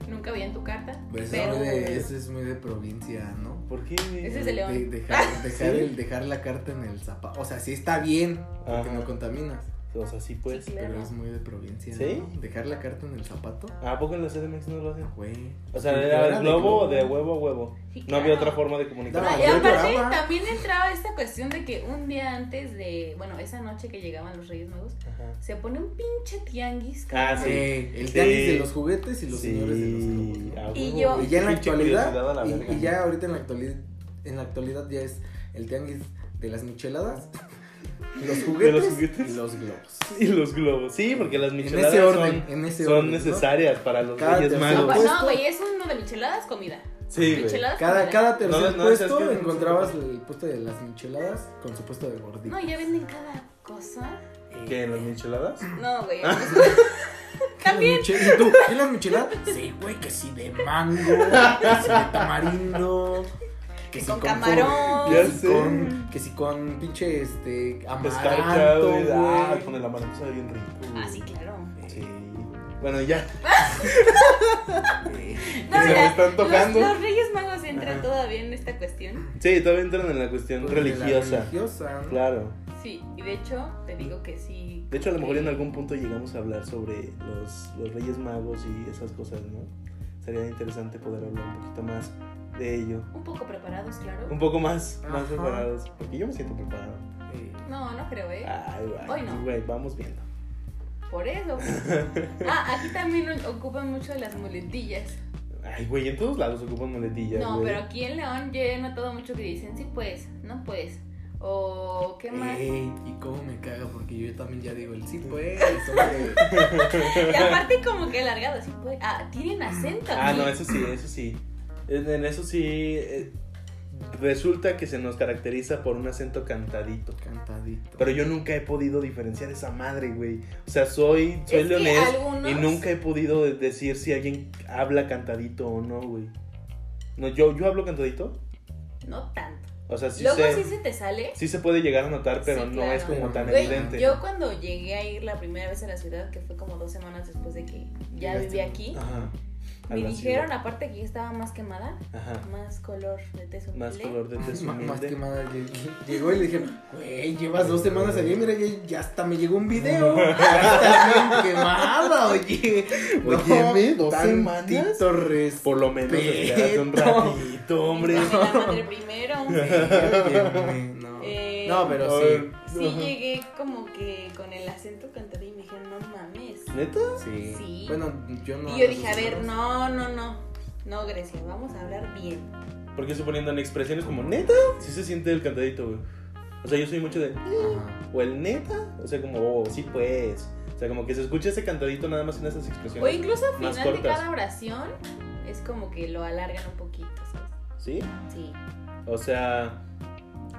Nunca vi en tu carta. Pues eso pero es de- eso es muy de provincia, ¿no? ¿Por qué? güey? Ese es el- León. De- dejar, dejar ¿Sí? el- dejar la carta en el zapato. O sea, sí está bien, porque Ajá. no contaminas. O sea, sí, pues. Sí, claro. Pero es muy de provincia, ¿Sí? ¿no? Dejar la carta en el zapato, Ah, ah, ¿A poco en los CDMX no lo hacen? güey. O sea, Pero era era el de globo o globo. de huevo a huevo. Sí, No había claro. otra forma de Ah, comunicar. Daba- y yo aparte lloraba. también entraba esta cuestión de que un día antes de, bueno, esa noche que llegaban los Reyes Magos, Ajá. se pone un pinche tianguis. Ah, cabrón. Sí. Eh, el Sí. tianguis de los juguetes y los Sí, señores de los globos. ¿no? a Y huevo, yo- güey. Y ya en la Pinche curiosidad a la actualidad, y- verga. y, ya ahorita en la actualidad, en la actualidad ya es el tianguis de las micheladas, los juguetes, juguetes. y los globos. Y los globos. Sí, porque las micheladas ese orden, son, en ese son orden, ¿no? necesarias para los Cada reyes tercer No, magos. pa- puesto. no, güey, es uno de micheladas, comida. Sí, güey. Micheladas, Cada, comida. cada tercer no, es que- puesto encontrabas el puesto de las micheladas con su puesto de gordito. Eh, No, ya venden cada cosa. ¿Qué? ¿En las micheladas? No, güey. Ah. ¿Qué También. las miche- ¿Y tú? ¿Qué las micheladas? Sí, güey, que si de mango, que si de tamarindo, que si Con co- camarón. que si Ya sé. con, que si con pinche este Escarcha, amaranto, güey. Ah, güey. con el amaranto sabe bien rico. güey. Ah, sí, claro. Sí. Eh, Bueno, ya. No, se me mira, están tocando. Los, los Reyes Magos entran Ajá. todavía en esta cuestión. Sí, todavía entran en la cuestión Pues, de la religiosa. religiosa, ¿no? Claro. Sí, y de hecho, te digo que sí. De hecho, a lo mejor en algún punto llegamos a hablar sobre los, los Reyes Magos y esas cosas, ¿no? Sería interesante poder hablar un poquito más de ello. Un poco preparados, claro. Un poco más, más Ajá. preparados. Porque yo me siento preparado. Eh, No, no creo, ¿eh? Ay, Hoy güey. no. Güey, vamos viendo. Por eso. Ah, aquí también ocupan mucho las muletillas. Ay, güey, en todos lados ocupan muletillas. No, güey. pero aquí en León yo he notado mucho que dicen, sí, pues, no, pues. O, Eh. ¿qué más? Ey, y cómo me caga porque yo también ya digo el sí pues hombre. Y aparte como que alargado, así pues. Ah, tienen acento. Ah, aquí. no, eso sí, eso sí. En en eso sí. eh, resulta que se nos caracteriza por un acento cantadito. cantadito. Pero yo nunca he podido diferenciar esa madre, güey. O sea, soy, soy Es que leonés algunos- y nunca he podido de- decir si alguien habla cantadito o no, güey. No, yo, yo hablo cantadito. No tanto. O sea, sí Luego se, sí sí... se te sale. se puede llegar a notar, pero Sí, no es claro. como tan Güey, evidente. Yo cuando llegué a ir la primera vez a la ciudad, que fue como dos semanas después de que ya Llegaste. viví aquí, Ajá. me Ah, Algo así, dijeron aparte que yo estaba más quemada, güey. Ajá. más color de tez Más humilde. color de tez Ma- Más humilde. que nada, lle- lle- llegó y le dijeron, güey, llevas dos semanas allí, mira, ya, ya hasta me llegó un video. Ya estás bien quemada, oye. Óyeme, ¿dos tantito res- Por lo menos espérate un ratito, hombre. Y la madre primero. Óyeme, no. Eh, No, pero sí. Ay, Sí ajá. llegué como que con el acento cantado y me dijeron, no mames. ¿Neta? sí. Sí. Bueno, yo no. Y yo hablo dije, a dos ver, no, semanas. no, no. No, Grecia, vamos a hablar bien. Porque suponiendo en expresiones como neta, sí se siente el cantadito, güey. O sea, yo soy mucho de. Ajá. O el neta, o sea, como, oh, sí, pues. O sea, como que se escucha ese cantadito nada más en esas O expresiones. incluso al Más final de cortas. cada oración es como que lo alargan un poquito, ¿sabes? ¿Sí? Sí. O sea,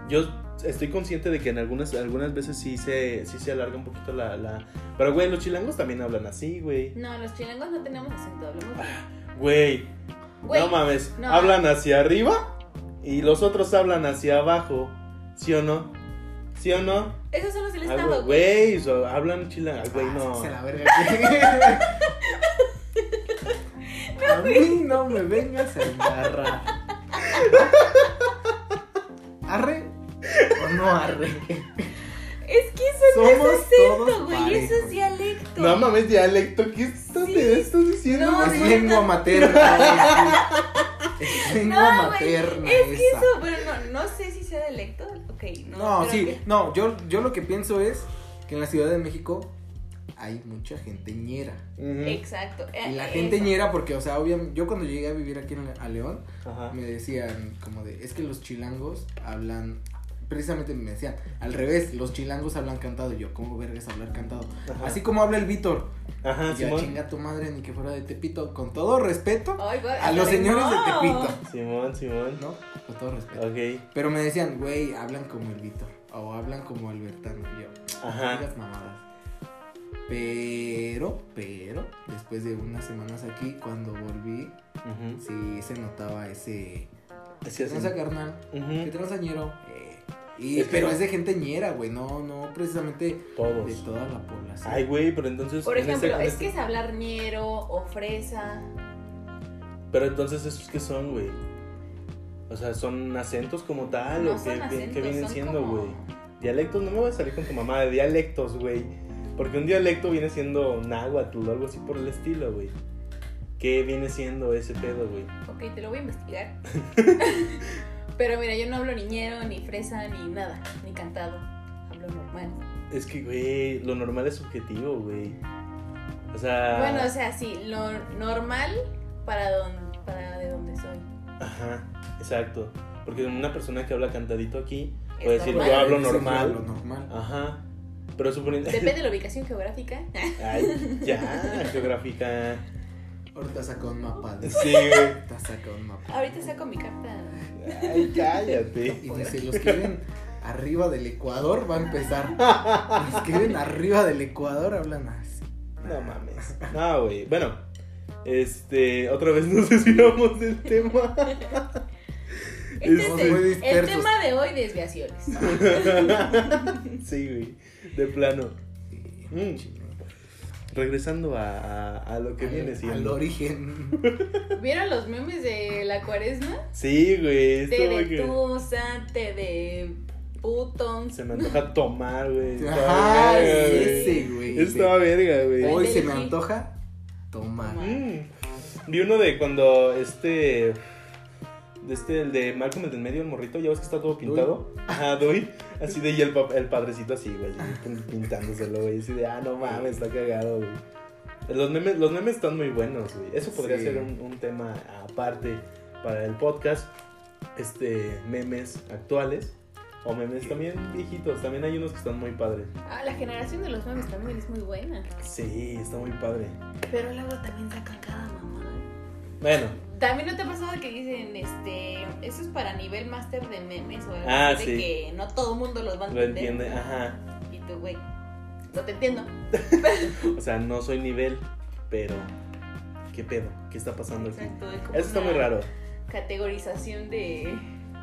yo estoy consciente de que en algunas, algunas veces sí se, sí se alarga un poquito la, la. Pero, güey, los chilangos también hablan así, güey. No, los chilangos no tenemos acento, hablamos bien. Güey, Güey, no mames. no. Hablan hacia arriba y los otros hablan hacia abajo. ¿Sí o no? ¿Sí o no? esos son los del Ah, estado, güey. Güey, so- hablan chilango. Ay, Güey, Ah, no. Se la verga. A mí no me vengas a embarrar. ¿Arre o no arre? Es que eso no Somos es acento, todos güey, eso es parejos. dialecto. No mames, dialecto, ¿qué estás, Sí. te estás diciendo? No, es no, lengua materna. Es lengua No, güey, materna Es que esa. eso, bueno, no, no sé si sea dialecto. Ok, no. No, pero sí, que- no, yo, yo lo que pienso es que en la Ciudad de México hay mucha gente ñera. Ujú. Exacto. eh, Y la eh, gente eso. ñera, porque, o sea, obviamente, yo cuando llegué a vivir aquí en Le- a León, Ajá. me decían como de, es que los chilangos hablan, precisamente me decían, al revés, los chilangos hablan cantado, y yo, ¿cómo vergas hablar cantado? Ajá. Así como habla el Víctor, Ajá, y yo, Ah. Simón. chinga tu madre, ni que fuera de Tepito, con todo respeto Ay, güey, a los ay, señores de no. Tepito, Simón, Simón. ¿no? Con todo respeto. Ok. Pero me decían, güey, hablan como el Víctor, o hablan como Albertano, y yo, Ajá. no digas mamadas. Pero, pero, después de unas semanas aquí, cuando volví, Ujú. sí se notaba ese... Así ¿Qué hacen. tranza, carnal? ¿Qué Ujú. tranza, ñero? Eh, y, Es que- pero es de gente ñera, güey, no, no precisamente de Todos. toda la población. Pues, Ay, güey, pero entonces. Por Pues, en ese- ejemplo, en este es ese- que es hablar ñero o fresa. Pero entonces, ¿esos qué son, güey? O sea, ¿son acentos como tal? No ¿O qué, son qué- qué acentos, vienen son siendo, como- güey? Dialectos, no me voy a salir con tu mamá de dialectos, güey. Porque un dialecto viene siendo náhuatl o algo así por el estilo, güey. ¿Qué viene siendo ese pedo, güey? Ok, te lo voy a investigar. Pero mira, yo no hablo niñero, ni fresa, ni nada, ni cantado. Hablo normal. Es que, güey, lo normal es subjetivo, güey. O sea. Bueno, o sea, sí, lo normal para, don, para de donde soy. Ajá, exacto. Porque una persona que habla cantadito aquí Es puede decir, normal. yo hablo Dice que normal. Ah. hablo normal. Ajá. Pero suponiendo. Depende de la ubicación geográfica. Ay, ya, geográfica. Ahorita saca un mapa. dice. Sí, güey. Ahorita saca un mapa. Ahorita saco mi carta. Ay, cállate. Y dice, los que ven arriba del Ecuador va a empezar. Los que ven arriba del Ecuador hablan así. No mames. No, güey. Bueno, este. Otra vez nos desviamos del tema. Este Estamos es muy el- el, dispersos. tema de hoy, desviaciones. sí, güey. De plano. Sí, Mm. chingón. Regresando a, a- a lo que viene Al- Al siendo. origen. ¿Vieron los memes de la cuaresma? Sí, güey. Te Esto, de güey. que- tusa, te de puto. Se me antoja tomar, güey. Estaba Ajá, verga, sí, güey. ese, güey. Estaba verga, güey. Hoy se me antoja tomar. Mm. Vi uno de cuando este. De este, el de Malcolm, el del medio, el morrito, ya ves que está todo pintado. Ajá, doy. Así de, y el, pap- el padrecito así, güey, pin- pintándoselo, güey. Así de, ah, no mames, está cagado, güey. Los memes, los memes están muy buenos, güey. Eso podría Sí. ser un, un tema aparte para el podcast. Este, memes actuales o memes también viejitos. También hay unos que están muy padres. Ah, la generación de los memes también es muy buena. Sí, está muy padre. Pero luego también sacan cada mamada. Bueno, También no te ha pasado que dicen, este, eso es para nivel máster de memes o algo Ah, así de sí. que no todo el mundo los va a lo entender. entiende, ajá. Y tú, güey, no te entiendo. O sea, no soy nivel, pero ¿qué pedo? ¿Qué está pasando aquí? Exacto, es como Eso está una muy raro. Categorización de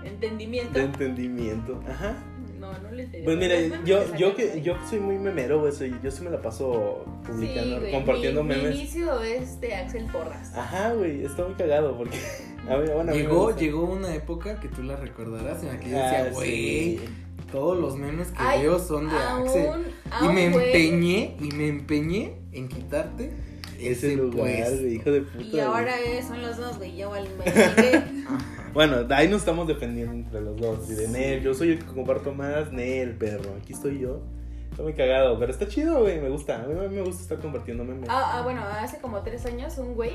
entendimiento. De entendimiento. Ajá. No, no le entendí. Pues mira, Los memes yo, sacan yo que ahí. yo que soy muy memero, güey. soy- Yo sí me la paso Sí, publicando, güey, compartiendo mi, Mi memes. inicio es de Axel Porras. Ajá, güey, está muy cagado porque. a mí- bueno, a mí me Llegó, gusta. llegó una época que tú la recordarás en la que yo Ah, decía, sí. güey, todos los memes que Ay, veo son de Aún- Axel. Y aún, me güey, empeñé, y me empeñé en quitarte Ese ese pues". lugar, puesto. güey, hijo de puta. Y güey. ahora eh, son los dos, güey, ya valen madre, güey. Bueno, de ahí nos estamos defendiendo entre los dos. Y de Nel, yo soy el que comparto más, Nel, perro. Aquí estoy yo. Está muy cagado, pero está chido, güey. Me gusta. A mí me gusta estar compartiendo memes. ah, ah, bueno, hace como tres años un güey,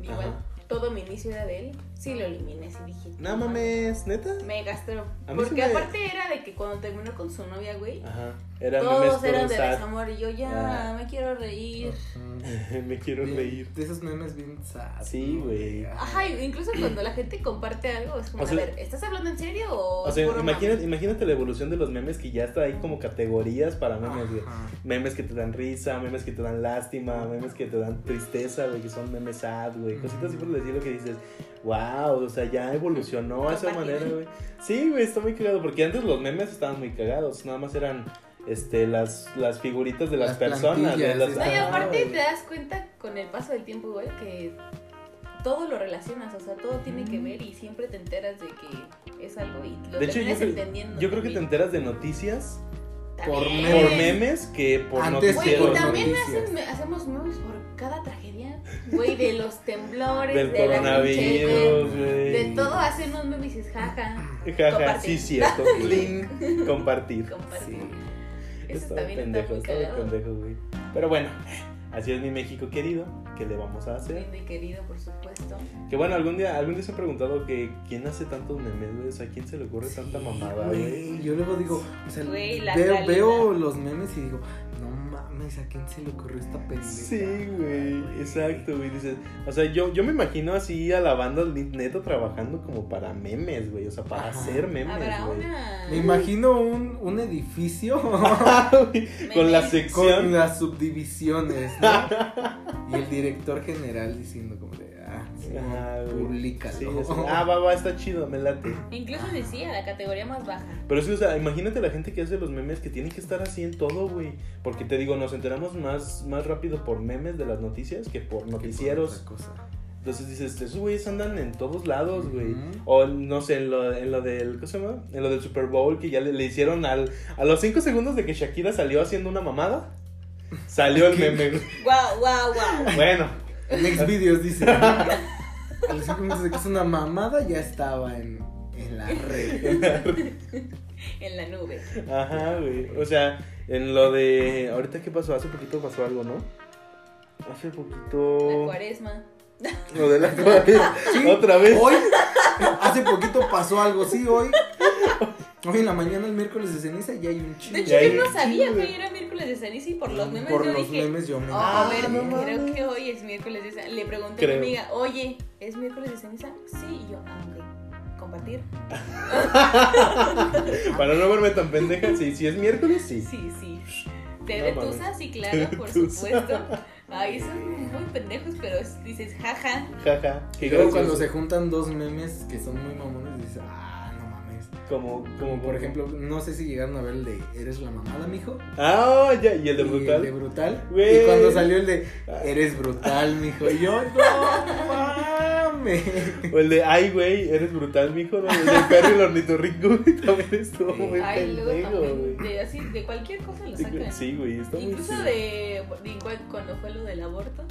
igual, Ajá. todo mi inicio era de él. Sí lo eliminé, sí dije. No mames, neta. Me gastó. A mí sí Porque me- aparte era de que cuando terminó con su novia, güey, Ajá. Era memes todos todo eran de sad. desamor y yo ya Ah. me quiero reír. Ujú. Me quiero Bien, reír. De esos memes bien sad. Sí, ¿no? ah, güey. Ajá, incluso cuando la gente comparte algo, es como, O sea- a ver, ¿estás hablando en serio o.? O es sea, puro imagínate, imagínate la evolución de los memes que ya está ahí como categorías para memes, güey. Ajá. Memes que te dan risa, memes que te dan lástima, memes que te dan tristeza, güey, que son memes sad, güey. Cositas así por decirlo que dices, wow, o sea, ya evolucionó a esa Compartido. manera, güey. Sí, güey, está muy cagado, porque antes los memes estaban muy cagados, nada más eran este, las, las figuritas de las, Las personas, güey. plantillas, las- sí. No, y Ah, aparte güey. te das cuenta con el paso del tiempo, güey, que todo lo relacionas, o sea, todo tiene que ver y siempre te enteras de que es algo y lo De hecho, yo terminas creo- entendiendo. Yo creo que te enteras de noticias por También. por memes que por Antes Güey, y noticieros. Hicieron también noticias. hacen- hacemos memes por cada tragedia, güey, de los temblores, del de la pinche- coronavirus, güey. de todo hacen un meme y dices, jaja, Jaja, Compartir. sí, cierto. Clean, compartir. comparte. Sí. Eso Está también está pendejo, muy está muy cagado. pendejo, güey. Pero bueno, así es mi México querido. ¿Qué le vamos a hacer? Bien de querido, por supuesto. Que bueno, algún día, algún día se han preguntado que quién hace tantos memes, güey. O sea, ¿quién se le ocurre tanta mamada, Güey, güey? yo luego digo, o sea, Güey, la veo, realidad. veo los memes y digo, no mames, ¿a quién se le ocurrió esta pendeja? Sí, güey, exacto, güey. Dices, o sea, yo, yo me imagino así a la banda neto trabajando como para memes, güey. O sea, para Ajá. hacer memes, Habrá güey. una. Me imagino un, un edificio Ah, Con la Memes. sección. con las subdivisiones, ¿no? y el director general diciendo como de, ah, sí, Ajá, güey. públicalo. Sí, así, ah, va, va, está chido, me late. Incluso decía la categoría más baja. Pero sí, o sea, imagínate la gente que hace los memes que tiene que estar así en todo, güey. Porque te digo, nos enteramos más, más rápido por memes de las noticias que por noticieros. Qué cosa. Entonces dices, esos güeyes andan en todos lados, güey. Ujú. O no sé, en lo, en lo del, ¿cómo se llama? En lo del Super Bowl que ya le, le hicieron al, a los 5 segundos de que Shakira salió haciendo una mamada. Salió el meme. güey. Guau, guau, guau. Bueno, Next videos dice. A los cinco minutos de que es una mamada ya estaba en, en la red. En la nube. ajá, güey. O sea, en lo de. ¿Ahorita qué pasó? Hace poquito pasó algo, ¿no? Hace La poquito. cuaresma. Lo de la cuaresma. Sí. Otra vez. Hoy, hace poquito pasó algo, sí, hoy. Hoy en la mañana, el miércoles de ceniza, ya hay un De chingo. Y hecho, ahí- Mm, yo no sabía, güey. Era miércoles de ceniza y por los memes Por yo los dije. memes yo me. "Ah, a ver, no mames. creo que hoy es miércoles de ceniza. Le pregunté a Creo. mi amiga, oye, ¿es miércoles de ceniza? Sí, y yo, ah, ok. Compartir. Oh. Para no verme tan pendeja. Sí, si es miércoles, sí. Sí, sí. Te No de mames. tusa, sí, claro, por Tusa. supuesto. Ay, son muy pendejos, pero es- dices, jaja. Jaja. Y Que luego gracias. cuando se juntan dos memes que son muy mamones, dices, ah, no mames. Como, Como por ejemplo, no sé si llegaron a ver el de Eres la mamada, mijo. Ah, ya. Y el de Y brutal. Ah, El de brutal. Güey. Y cuando salió el de Eres brutal, mijo. Y yo, no mames. O el de, ay, güey, eres brutal, mijo. ¿no? El de perro y el ornitorrinco, güey, también estuvo muy Ay, luego pendejo, también, güey. de, así, de cualquier cosa lo sacan. Sí, güey, está muy Incluso chido. de, de igual cuando fue lo del aborto.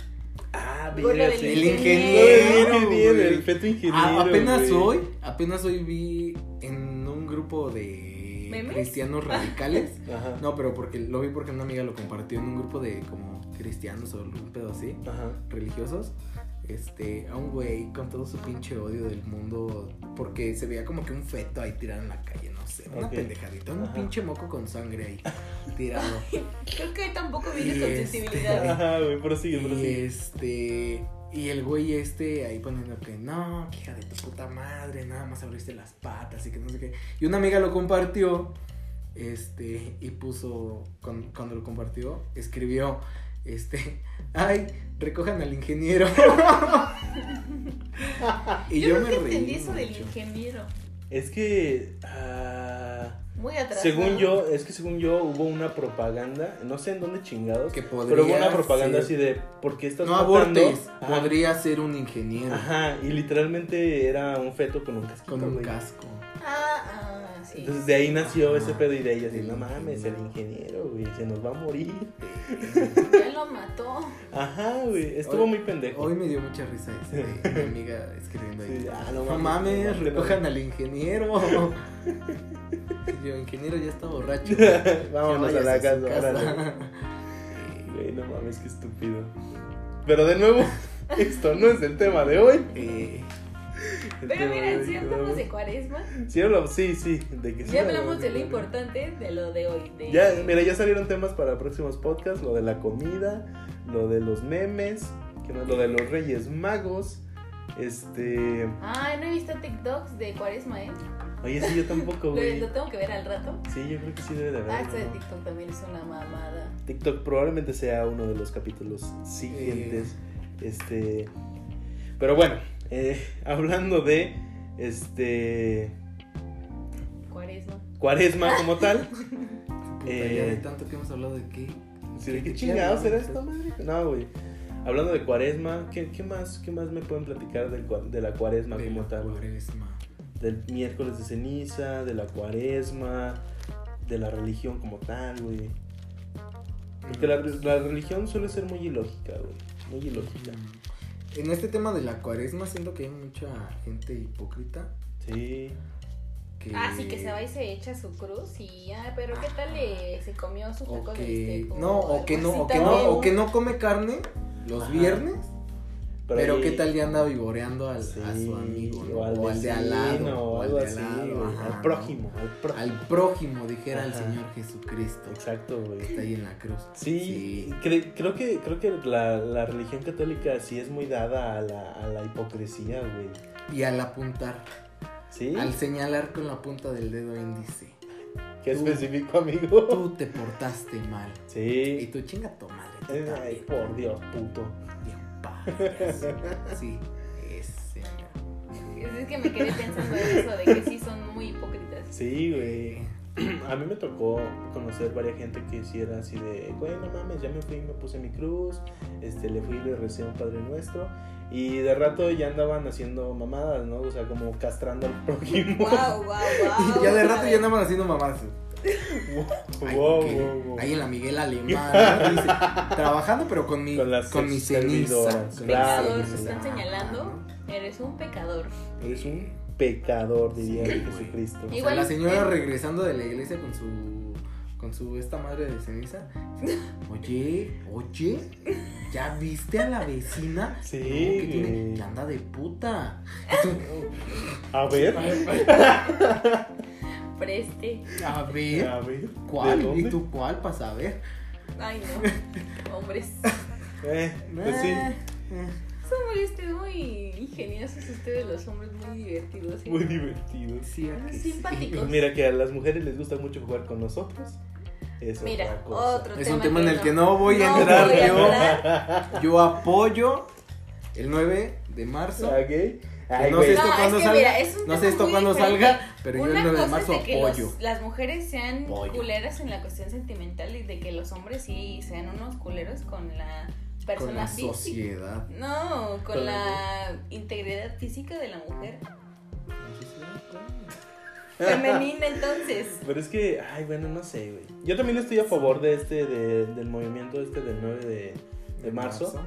Ah, Con lo verga, del sí. El Ay, ingeniero. bien, bien, güey. el feto ingeniero. A- apenas güey. hoy, apenas hoy vi en un grupo de ¿Memes? cristianos radicales. Ajá. No, pero porque lo vi porque una amiga lo compartió en un grupo de como cristianos o un pedo así, Ajá. religiosos. Este, a un güey con todo su pinche odio del mundo, porque se veía como que un feto ahí tirado en la calle, no sé, una Ok. pendejadita, un Ajá. pinche moco con sangre ahí tirado. Creo que tampoco vienes Y con este- sensibilidad. Ajá, güey, prosigue, Y prosigue. este. Y el güey este ahí poniendo que no, que hija de tu puta madre, nada más abriste las patas y que no sé qué. Y una amiga lo compartió. Este, y puso. cuan- cuando lo compartió, escribió. Este. Ay, recojan al ingeniero. y yo, Yo, me nunca reí. entendí eso del mucho. ingeniero. Es que. ah, Muy atrás. según yo, es que según yo hubo una propaganda, no sé en dónde chingados, Que pero hubo podría una propaganda ser- así de, ¿por qué estás No matando? abortes, Ajá. podría ser un ingeniero Ajá, y literalmente era un feto con un casquito, con un güey. casco. Ah, ah, sí. Entonces de ahí nació Ajá. ese pedo y de ahí así, El no mames, el ingeniero, güey, se nos va a morir. Ya lo mató. Ajá, güey, estuvo Hoy- muy pendejo. Hoy me dio mucha risa ese de mi amiga escribiendo ahí. Sí, ah, No mames, recojan al ingeniero. Yo, ingeniero ya está borracho. Vámonos Ya a la váyase casa. su órale. Güey, no mames, qué estúpido. Pero de nuevo, esto no es el tema de hoy. Eh, El Pero tema de miren, hoy, si hablamos de cuaresma, Sí, hablamos- sí, sí, de que sí ya hablamos de lo cuaresma. importante de lo de hoy. De... Ya, mira, ya salieron temas para próximos podcasts, lo de la comida, lo de los memes, ¿qué más? lo de los Reyes Magos. Este, Ah, no he visto TikToks de cuaresma, ¿eh? oye, sí, yo tampoco, Lo, güey. lo tengo que ver al rato. Sí, yo creo que sí debe de haber. Ah, esto de ¿no? TikTok también es una mamada. TikTok probablemente sea uno de los capítulos Eh, siguientes. Este. Pero bueno, eh, hablando de este. Cuaresma. Cuaresma como tal. puta, Eh. ya de tanto que hemos hablado de qué. Sí, ¿De qué chingados era pues. esta madre? No, güey. Hablando de cuaresma, ¿qué, qué más, ¿qué más me pueden platicar del cua- de la cuaresma De como la tal? güey? cuaresma. Del miércoles de ceniza, de la cuaresma, de la religión como tal, güey. Porque Mm. la, la religión suele ser muy ilógica, güey. Muy ilógica. Mm. En este tema de la cuaresma siento que hay mucha gente hipócrita. Sí. Que... Ah, sí, que se va y se echa su cruz y ya, pero ¿qué tal le, se comió sus o tacos de que bistec no o algo que no así o que también? no o que no come carne los Ajá. viernes Pero, pero ahí- qué tal ya anda vivoreando al, a Sí, su amigo ¿no? O al, o al de al vecino, lado o o al algo de así, al lado, güey, ajá, al ¿no? prójimo, al prójimo. al prójimo dijera el Ajá. señor Jesucristo Exacto, que güey. está ahí en la cruz Sí, cre- creo que, creo que la, la religión católica sí es muy dada a la, a la hipocresía, güey. y al apuntar ¿Sí? al señalar con la punta del dedo índice Qué tú. específico, amigo. tú te portaste mal y Sí. tú chinga tu madre tú Ay, también, por Dios, puto. bien payaso. sí ese Es que me quedé pensando en eso, de que sí son muy hipócritas. Sí, güey. A mí me tocó conocer varias gente que hiciera así de, güey, no mames, ya me fui, me puse mi cruz, este, le fui y le recé a un Padre Nuestro. Y de rato ya andaban haciendo mamadas, ¿no? O sea, como castrando al prójimo. Wow, wow, wow. y ya de rato ya andaban haciendo mamadas Wow, Ay, wow, ¿qué? wow, wow. Ahí en la Miguel Alemán, ¿no? Dice, trabajando pero con mi, Con las con mi servidoras, ceniza. con mi claro, Pecador, te sí, están ceniza. señalando. Eres un pecador. Eres un pecador, diría Sí, güey. Jesucristo. O sea, Igual la es- señora eh. regresando de la iglesia con su con su esta madre de ceniza. Oye, oye, ¿ya viste a la vecina? Sí, No, que tiene güey. que anda de puta. A A ver, ver, Preste. a a ver, ver. ¿De ¿cuál? ¿Y dónde? tú cuál para saber? Ay, no. Hombres. Eh, pues sí, Eh, eh. Son muy, este, muy ingeniosos ustedes, los hombres, muy divertidos. ¿eh? muy divertido. Sí, ¿a que sí? Simpático. Pues Mira que a las mujeres les gusta mucho jugar con nosotros. Es Mira, otra cosa. otro tema. Es un tema en el que no voy a no entrar voy a yo. hablar. Yo apoyo el 9 de marzo. Ok. Ay, no sé güey. esto No, es cuándo que salga. mira, es un no sé tema esto muy cuándo diferente. salga, pero yo el Una 9 de cosa marzo es de que apoyo. los- las mujeres sean Apoyo. culeras en la cuestión sentimental y de que los hombres sí sean unos culeros con la persona Con la física. sociedad. No, con Con la integridad física de la mujer. Femenina entonces. Pero es que, ay, bueno, no sé, güey. Yo también estoy a favor de este, de- del movimiento este del 9 de, de marzo.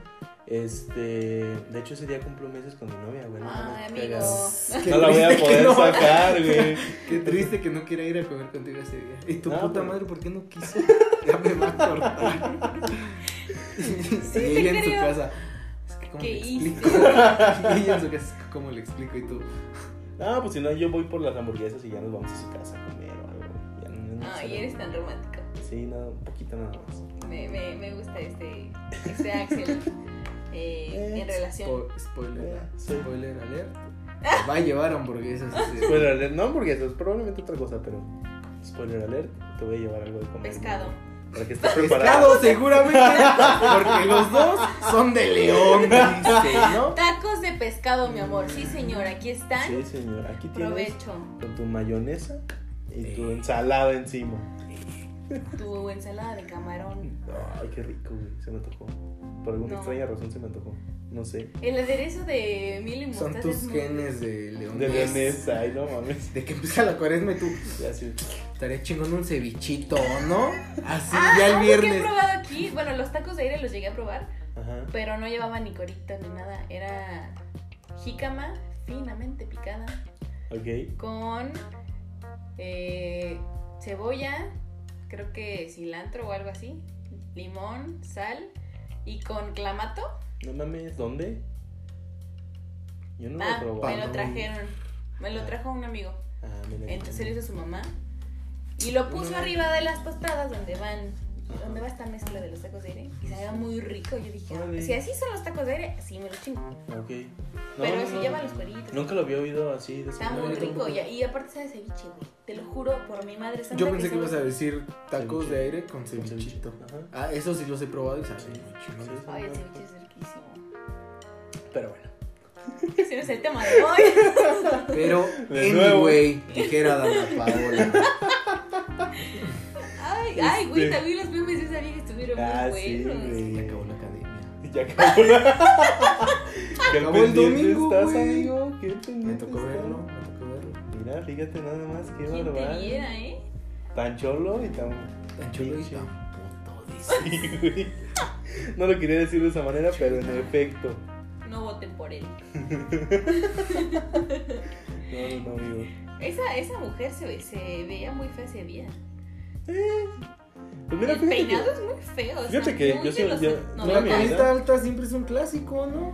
Este, de hecho ese día cumplo meses con mi novia, güey. No, Ay, mames, qué amigo. cagado. Qué No la voy a triste que poder no- sacar, güey. Qué triste que no quiera ir a comer contigo ese día. Y tu No, puta pero- madre, ¿por qué no quiso? Ya me va a cortar. y te ella en su creo. casa. Es que ¿Cómo ¿Qué le hice? explico? Y ella en su casa, es que ¿cómo le explico? Y tú, No, pues si no, yo voy por las hamburguesas y ya nos vamos a su casa a comer o algo. güey. Ya no, no Ay, sé. eres tan romántico. Sí, no, un poquito nada más. Me, me, me gusta este, este Axel eh, en Eh, relación. spo- spoiler, Sí. spoiler alert. Va a llevar hamburguesas. ese- Spoiler alert, no hamburguesas, probablemente otra cosa, pero. Spoiler alert, te voy a llevar algo de comer. Pescado. güey, Para que estés preparado. Pescado seguramente, porque los dos son de León, dice, ¿no? Tacos de pescado, mi amor. Sí, señor, aquí están. Sí, señor, aquí tienes Provecho. con tu mayonesa y tu Eh. ensalada encima. Tu ensalada de camarón. Ay, qué rico, güey, se me antojó. Por alguna No. extraña razón se me antojó. No sé. El aderezo de mil y Son mostaza es tus muy- genes de León. De leonesa, ay, no mames. De que empieza la cuaresma y tú, Y así. estaría chingón un cevichito, ¿no? Así, Ah, ya el algo que he viernes. probado aquí. Bueno, los tacos de aire los llegué a probar, Ajá. pero no llevaba ni corito ni nada. Era jícama finamente picada Ok. con eh, cebolla, creo que cilantro o algo así, limón, sal y con clamato. No mames, ¿dónde? Yo no Ah, lo he me probado. lo trajeron. Me lo trajo un amigo. Ah, mira. Entonces lo hizo su mamá. Y lo Mm. puso arriba de las tostadas donde van. Donde va esta mezcla de los tacos de aire. Y sabía muy rico. Yo dije, ah, Órale. si así son los tacos de aire, sí me los chingo. Ok. No, Pero no, si no. lleva los cueritos. Nunca lo había oído así. De Está esa muy manera. rico. Y, y aparte sabe ceviche, güey. Te lo juro por mi madre santa. Yo pensé que ibas a sabe- decir tacos Ceviche. de aire con Con cevichito. Ajá. Ah, eso sí los he probado y saben Sí. muy chingones. Ay, el ceviche es riquísimo. Pero bueno. Ese no es el tema de hoy. Pero, De nuevo. anyway, dijera Dana Paola. Ay, ay, güey, Este. también los memes de esa vieja estuvieron Ah, muy sí, buenos. güey. Se acabó la academia. Ya acabó la. Que Acabó el pendiente domingo, estás, güey. amigo. Qué pendiente Me tocó estás. verlo, me tocó verlo. Mira, fíjate nada más, qué Quien te barbaridad. viera, ¿eh? Tan cholo y tan. Tan chulo y Pinche. tan puto, dice. Sí, güey. No lo quería decir de esa manera, pero en efecto. No voten por él. No, no, no, amigo. Esa, esa mujer se, se veía muy fea ese día. Pues mira, el fíjate que- peinado es muy feo. o sea, Fíjate que muy yo de soy- los yo- no- La yo la noventas, vi- canasta alta siempre es un clásico, ¿no?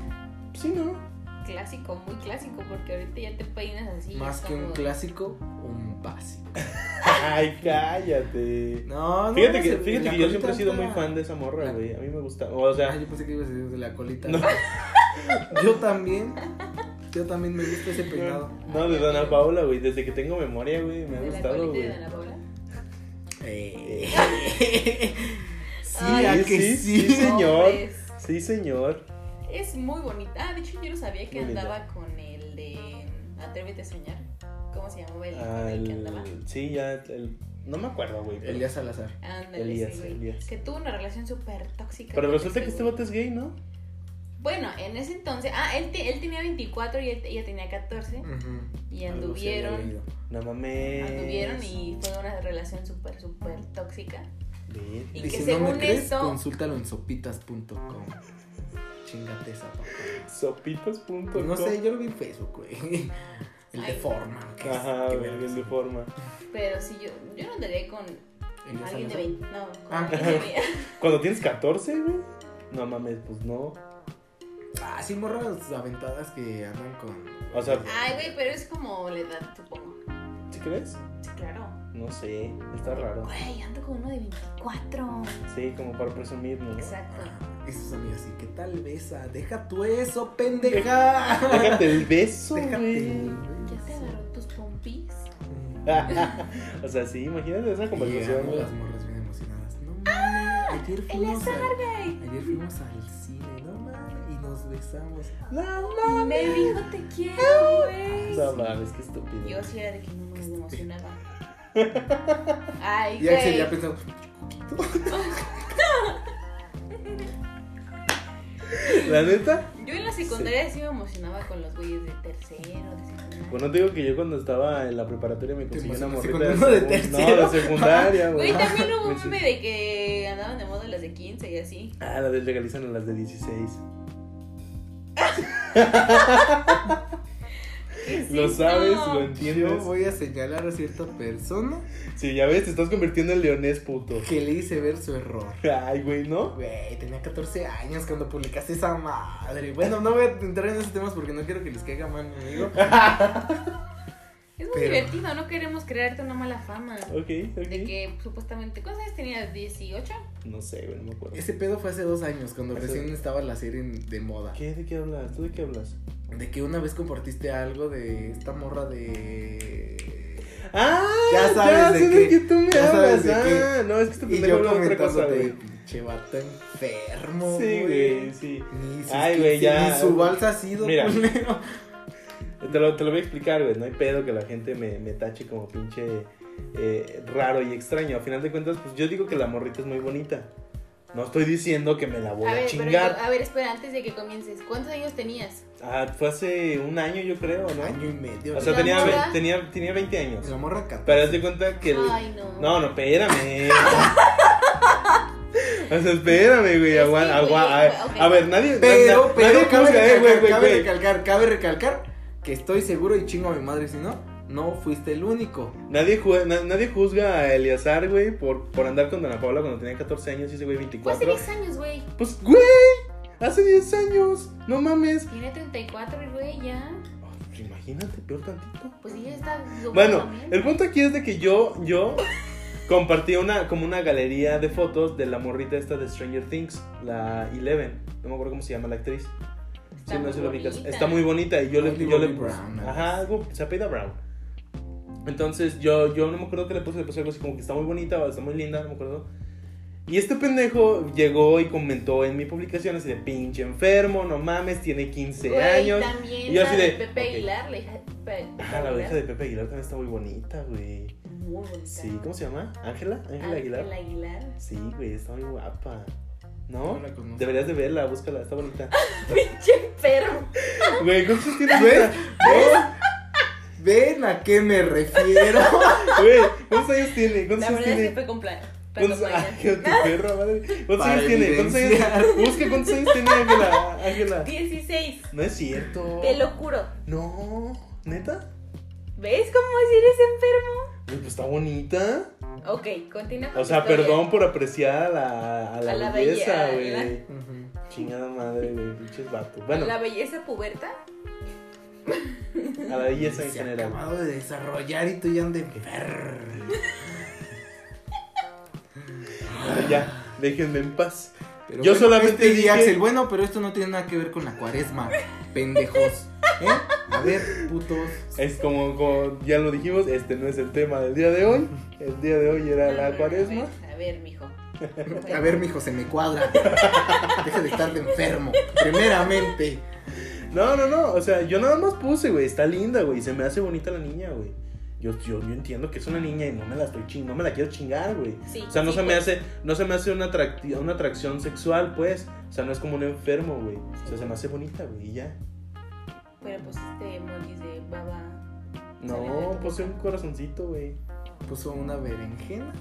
Sí, ¿no? clásico, muy clásico, porque ahorita ya te peinas así. Más es que un como- clásico, un básico. Ay, cállate. No, no. Fíjate que, se- fíjate la que yo siempre colita he Ah. sido alta. muy fan de esa morra, La- güey. A mí me gusta. O Ah, sea, yo pensé que ibas a decir de la colita. No. Yo también. Yo también me gusta ese peinado. no, de Dana Paola, güey. Desde que tengo memoria, güey, me ha de la gustado, colita güey. de Dana Paola. Eh. sí, Ay, ¿a sí, que sí. sí, sí. señor. Hombres. Sí, señor. pues, Es muy bonita. Ah, de hecho yo no sabía que Muy linda. andaba con el de Atrévete a soñar. ¿Cómo se llamaba el, con el que andaba? Al- Sí, ya. el- No me acuerdo, güey. pero- Elías Salazar. Ándale, Elías, sí, güey. Elías. Que tuvo una relación súper tóxica. Pero con resulta ese que este güey. vato es gay, ¿no? Bueno, en ese entonces, ah, él, te- él tenía 24 y él- ella tenía 14 Mm. Ujú. y Algo se había anduvieron, leído. No mames. anduvieron y fue una relación súper, súper tóxica. Ve, Y Y, que si no según me crees, eso- consúltalo en sopitas.com. Chingate esa papá. Sopitas.com. Pues no sé, yo lo vi en Facebook, güey. El Ay. de forma. que es- Ajá, que verga, el de forma. Pero si yo, yo no andaría con En esa alguien de mesa. 20, no, con Ah. alguien de 20. Cuando tienes 14, güey. No mames, pues no. Ah, sí, morras aventadas que andan con. O sea- Ay, güey, pero es como la edad, supongo. ¿Sí crees? Sí, claro. No sé, está raro. Güey, ando con uno de 24. Sí, como para presumir, ¿no? Exacto. Ah, Esos amigos, así que tal vez. ah, Deja tu eso, pendeja. Déjate el beso, Déjate. güey. ¿Ya te agarró tus pompis? o sea, sí, imagínate esa conversación. Llegamos güey. Mm, las morras bien emocionadas. No Ah, mames. Ayer fuimos, al, Güey, ayer fuimos al cine, no mames. Y nos besamos. me dijo te quiero, güey. No mames, qué estúpido. Yo sí era de que no me emocionaba. Ay, Y Axel ya güey. pensando. La neta. Yo en la secundaria sí me emocionaba con los güeyes de tercero, de secundaria. Bueno, te digo que yo cuando estaba en la preparatoria me conseguí una emocionaste morrita con uno de segun- tercero? No, de secundaria, güey. Güey, también hubo un Sí. meme de que andaban de moda las de 15 y así. Ah, la del legalizan a las de 16. ¿Qué es Lo eso? sabes, lo entiendes. Yo voy a señalar a cierta persona Sí, ya ves, te estás convirtiendo en leonés, puto. que le hice ver su error. Ay, güey, ¿no? Güey, tenía 14 años cuando publicaste esa madre. Bueno, no voy a entrar en esos temas porque no quiero que les caiga mal, mi amigo. Es muy Pero- divertido, no queremos crearte una mala fama. Ok, ok. De que supuestamente, ¿cuántos años tenías? ¿18? No sé, güey, no me acuerdo. Ese pedo fue hace dos años, cuando Hace- recién estaba la serie en- de moda. ¿Qué? ¿De qué hablas? ¿Tú de qué hablas? De que una vez compartiste algo de esta morra de. ¡Ah! Ya sabes de sé qué. tú me Ya hablas. sabes de ah, no, es que este Y pendejo yo habla de otra cosa, comentándote, güey. pinche vato enfermo. Sí, güey, sí. Ni sus Ay, güey, quince- ya. Ni su balsa ha sido, Mira. culero. Te lo, te lo voy a explicar, güey. No hay pedo que la gente me, me tache como pinche eh, raro y extraño. A final de cuentas, pues yo digo que la morrita es muy bonita. No estoy diciendo que me la voy a, a ver, pero, chingar. a ver, espera, antes de que comiences, ¿cuántos años tenías? Ah, fue hace un año, yo creo, ¿no? Año y medio. O sea, ¿La tenía, ve- morra? tenía, tenía 20 años. La morra 14. Pero haz de cuenta que. el- Ay, no. No, no, espérame. O sea, espérame, güey. Es que, Agua, güey, agua. güey, A, ok. a ver, nadie. Pero, na- na- pero nadie cabe, juzga, eh, recalcar, güey, güey, cabe güey. recalcar, cabe recalcar que estoy seguro y chingo a mi madre si no, no fuiste el único. Nadie, ju- na- nadie juzga a Eleazar, güey, por, por andar con Dana Paula cuando tenía 14 años y ese güey Fue hace 24. 10 años, güey. Pues, güey, hace 10 años. No mames. Tiene 34, güey, ya. Oh, pues, imagínate, peor tantito. Pues ella está. doblando Bueno, también. el punto aquí es de que yo, yo compartí una, como una galería de fotos de la morrita esta de Stranger Things, la Eleven. No me acuerdo cómo se llama la actriz. Está Sí, no muy sé si lo ubicas. bonita. Está muy bonita y yo le, Miley yo le Bobby puse. Brown, ¿no? Ajá, algo, se apellida Brown. Entonces yo, yo no me acuerdo que le puse, le puse algo así como que está muy bonita o está muy linda, no me acuerdo. Y este pendejo llegó y comentó en mi publicación así de pinche enfermo, no mames, tiene 15 Güey, años. También Y yo la así de de, Pepe ok. Aguilar, la hija de Pepe Ah, la Aguilar. hija de Pepe Aguilar también está muy bonita, güey. Muy bonita. Ah, Sí, ¿cómo se llama? ¿Ángela? ¿Ángela Aguilar? Aguilar. Sí, güey, está muy guapa. No ¿No? la conozco. Deberías de verla, búscala, está bonita. Pinche enfermo. Güey, ¿cómo se tiene? ¿Ves? ¿Ves? ¿Ven a qué me refiero? Güey, ¿cuántos años tiene? La ¿Cuántos verdad años es que tiene? ah, fue con plan. para ¿Cuántos acompañar. Ay, qué perra, madre. ¿Cuántos Para años tiene? ¿Cuántos años? evidenciar. Busca cuántos años tiene Ángela. Ángela. 16. No es cierto. Te lo juro. No, ¿neta? ¿Ves cómo si eres enfermo? Güey, pues está bonita. Ok, continúa con O tu sea, historia. perdón por apreciar a la, a la A la belleza, belle- a la- güey. Chingada madre, güey, pinches vatos. Bueno, La belleza puberta. a la belleza en Se ha general. acabado de desarrollar y tú ya andas enfermo. Pero ya, déjenme en paz. Pero Yo este solamente día, dije- Axel, bueno, pero esto no tiene nada que ver con la cuaresma, pendejos. ¿Eh? A ver, putos. Es como, como ya lo dijimos, este no es el tema del día de hoy. El día de hoy era No, no, la no, cuaresma. Ah, A ver, a ver, mijo. A ver, mijo, se me cuadra. Deja de estar de enfermo. Primeramente. No, no, no. O sea, yo nada más puse, güey. Está linda, güey. Se me hace bonita la niña, güey. Yo, yo, yo entiendo que es una niña y no me la estoy ching, no me la quiero chingar, güey. Sí, O sea, no sí, se me pues. hace, no se me hace una, atracti- una atracción sexual, pues. O sea, no es como un enfermo, güey. O sea, se me hace bonita, güey, y ya. Pero pues este emojis de baba. Sale de No, tu puse un boca. corazoncito, güey. Puso una berenjena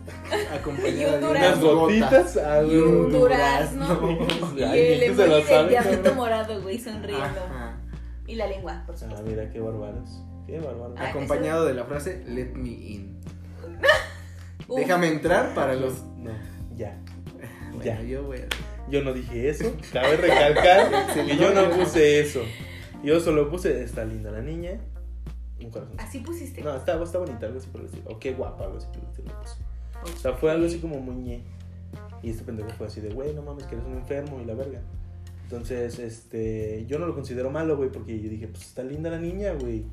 Y acompañada un de Unas unas durazno. gotas. gotitas. ah, Y un güey. durazno. durazno. Y Ay, el ¿quién se lo emoji del sabe? diablito morado, güey, sonriendo. Ajá. Y la lengua, por Ah, supuesto. mira, qué bárbaros. Qué bárbaros. Ah, Acompañado de la frase Let me in. Uf. Déjame entrar para los. No, ya. Bueno, Ya. yo voy a- Yo no dije eso. Cabe recalcar Se que le yo nota. no puse eso. Yo solo puse, está linda la niña. Un corazón. Así pusiste. No, está, está bonita, algo así por el estilo. O qué guapa, algo así por el estilo. puse. Ok. O sea, fue algo así como muñe. Y este pendejo fue así de, güey, no mames, que eres un enfermo y la verga. Entonces, este, yo no lo considero malo, güey, porque yo dije, pues está linda la niña, güey.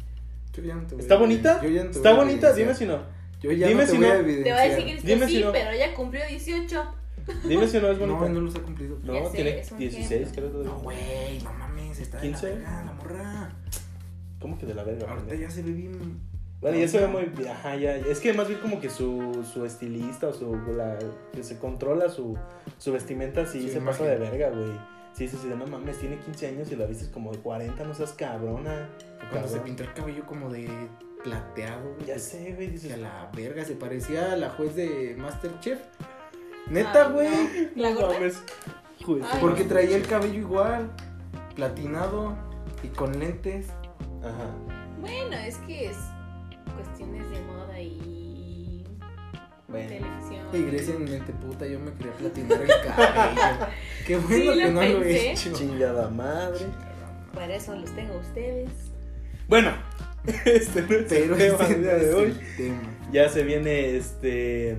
Yo ya no te voy ¿Está a- bonita? yo ya no te ¿Está voy a bonita? Dime evidenciar. si no. Yo ya dime no te si voy no. a Te va a Te va a decir que Dime sí, si no. pero ella cumplió 18. Dime si no es bonita. No, no los ha cumplido. No, Ya sé, tiene es un 16, creo. No, todavía. güey, no mames, está de la 15. verga, la morra. ¿Cómo que de la verga? Ahorita pendejo? ya se ve bien. Bueno, y eso es muy. Ajá, ya. Es que más bien como que su, su estilista o su. La, que se controla su, su vestimenta, sí, Su se imagen. pasa de verga, güey. Sí, sí, sí, de, no mames, tiene 15 años y la vistes como de 40, no seas cabrona. Cuando se Cabrón. pintó el cabello como de plateado. güey. pues, Ya sé, güey, Que a dices. la verga se parecía a la juez de Masterchef. Neta, Ay, güey. Ah, no. La Ah, no gorda. mames. Joder. Ay, Porque traía el cabello igual, platinado y con lentes. Ajá. Bueno, es que es cuestiones de moda y Bueno. televisión. Iglesia en mente puta, yo me quería platinar el cabello. Qué bueno Sí, lo que no lo pensé. he hecho. Chingada madre. Para eso los tengo a ustedes. Bueno, este no es Pero el tema este del día no de es hoy. el tema. Ya se viene este.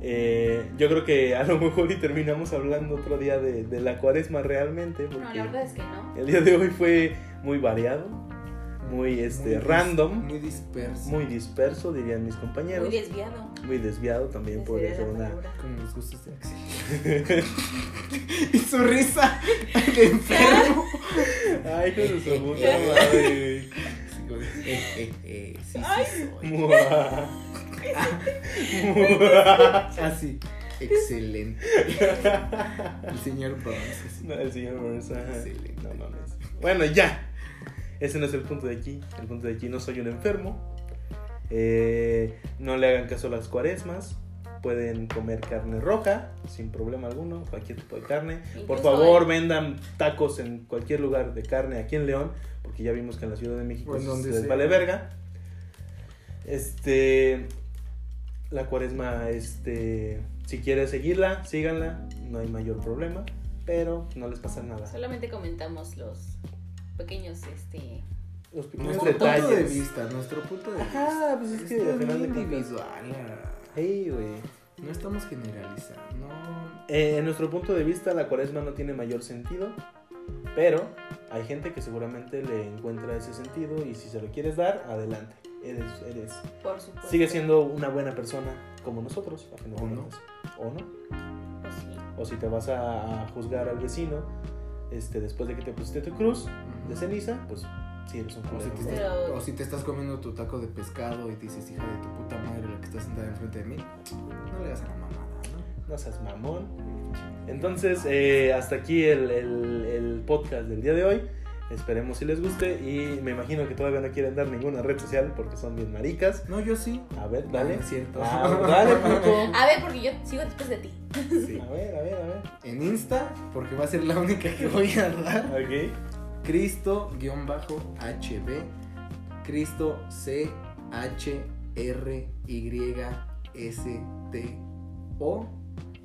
eh, yo creo que a lo mejor y terminamos hablando otro día de, de la cuaresma realmente. Porque No, la verdad es que no. El día de hoy fue muy variado, muy este dis- random, Muy disperso. muy disperso, dirían mis compañeros. Muy Muy, desviado. desviado también Esa podría sería ser la una. palabra. Como los gustos de Axel. y su risa de enfermo. Ay, hijo de su puta madre. Sí, güey. Eh, eh, eh, sí, sí soy. Mua. Mua. Así. Excelente. El señor Burns. así. No, el señor Burns, ajá. Excelente. No mames. Bueno, ya. Ese no es el punto de aquí. El punto de aquí no soy un enfermo. Eh, no le hagan caso a las cuaresmas. Pueden comer carne roja sin problema alguno, cualquier tipo de carne. Por Incluso favor, hoy. vendan tacos en cualquier lugar de carne aquí en León, porque ya vimos que en la Ciudad de México O en eso donde les sea. vale verga. Este, la cuaresma, este, si quieren seguirla, síganla, no hay mayor problema, pero no les pasa nada. Solamente comentamos los pequeños, este. Los pequeños Nuestro punto de detalles. vista, nuestro punto de vista. Ajá, pues es que Esto al final muy de cuentas- individual. ah. Ey, güey. No estamos generalizando. No. Eh, en nuestro punto de vista, la cuaresma no tiene mayor sentido, pero hay gente que seguramente le encuentra ese sentido y si se lo quieres dar, adelante. Eres, eres. Por supuesto. Sigue siendo una buena persona como nosotros, a fin de O no. cuentas. O no. Pues sí. O si te vas a, a juzgar al vecino este, después de que te pusiste tu cruz de ceniza, pues si eres un O si, culero. te ¿no? estás, Pero- o si te estás comiendo tu taco de pescado y dices, hija de tu puta madre, la que está sentada enfrente de mí, no le hagas a la mamada, ¿no? No seas mamón. Entonces, eh, hasta aquí el, el- el podcast del día de hoy. Esperemos si les guste. Y me imagino que todavía no quieren dar ninguna red social porque son bien maricas. No, yo sí. A ver, Ah, dale. no es cierto. Ah, dale, puto. A ver, porque yo sigo después de ti. Sí. A ver, a ver, a ver. En Insta, porque va a ser la única que voy a dar. Ok. Cristo-HB. Cristo C H R Y S T O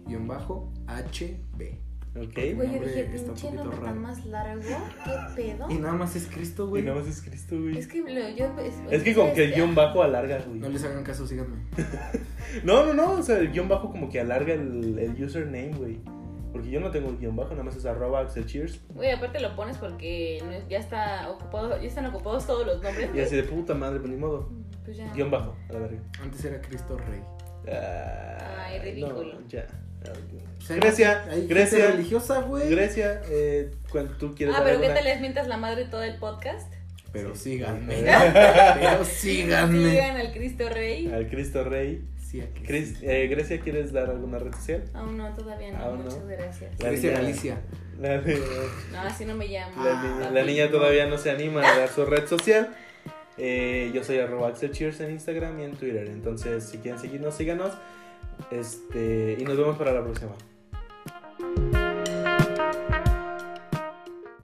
guión bajo H B. Ok. Güey, yo nombre dije, está un pinche poquito nombre raro. tan más largo. ¿Qué pedo? Y nada más es Cristo, Y güey. nada más es Cristo, Es güey. que lo- yo. Es, Es que como que el este, guión bajo alarga, No güey. les hagan caso, síganme. No, no, no. O sea, el guión bajo como que alarga el, el username, güey. Porque yo no tengo el guión bajo, nada más es arroba Axel Cheers. Güey, aparte lo pones porque no es- ya está ocupado, ya están ocupados todos los nombres. Y güey. así de puta madre, pues ni modo. Pues ya. Guión bajo, a la verga. Antes era Cristo Rey. Ay, ridículo. No, ya. Pues hay- Grecia, hay gente Grecia, religiosa, güey. Grecia, eh, cuando tú quieres. Ah, pero ¿qué dar tal les mientas la madre todo el podcast? Pero Sí. síganme. alguna- Pero síganme. Sigan al Cristo Rey. Al Cristo Rey. Grecia. que Cris- sí. eh, Grecia, ¿quieres dar alguna red social? Aún no, todavía no. Aún no. Muchas gracias. La Grecia, niña- Galicia. La, de- No, así no me llamo. la niña- la niña todavía no se anima a dar su red social. Eh, yo soy arroba Axel Cheers en Instagram y en Twitter. Entonces, si quieren seguirnos, síganos. Este, y nos vemos para la próxima.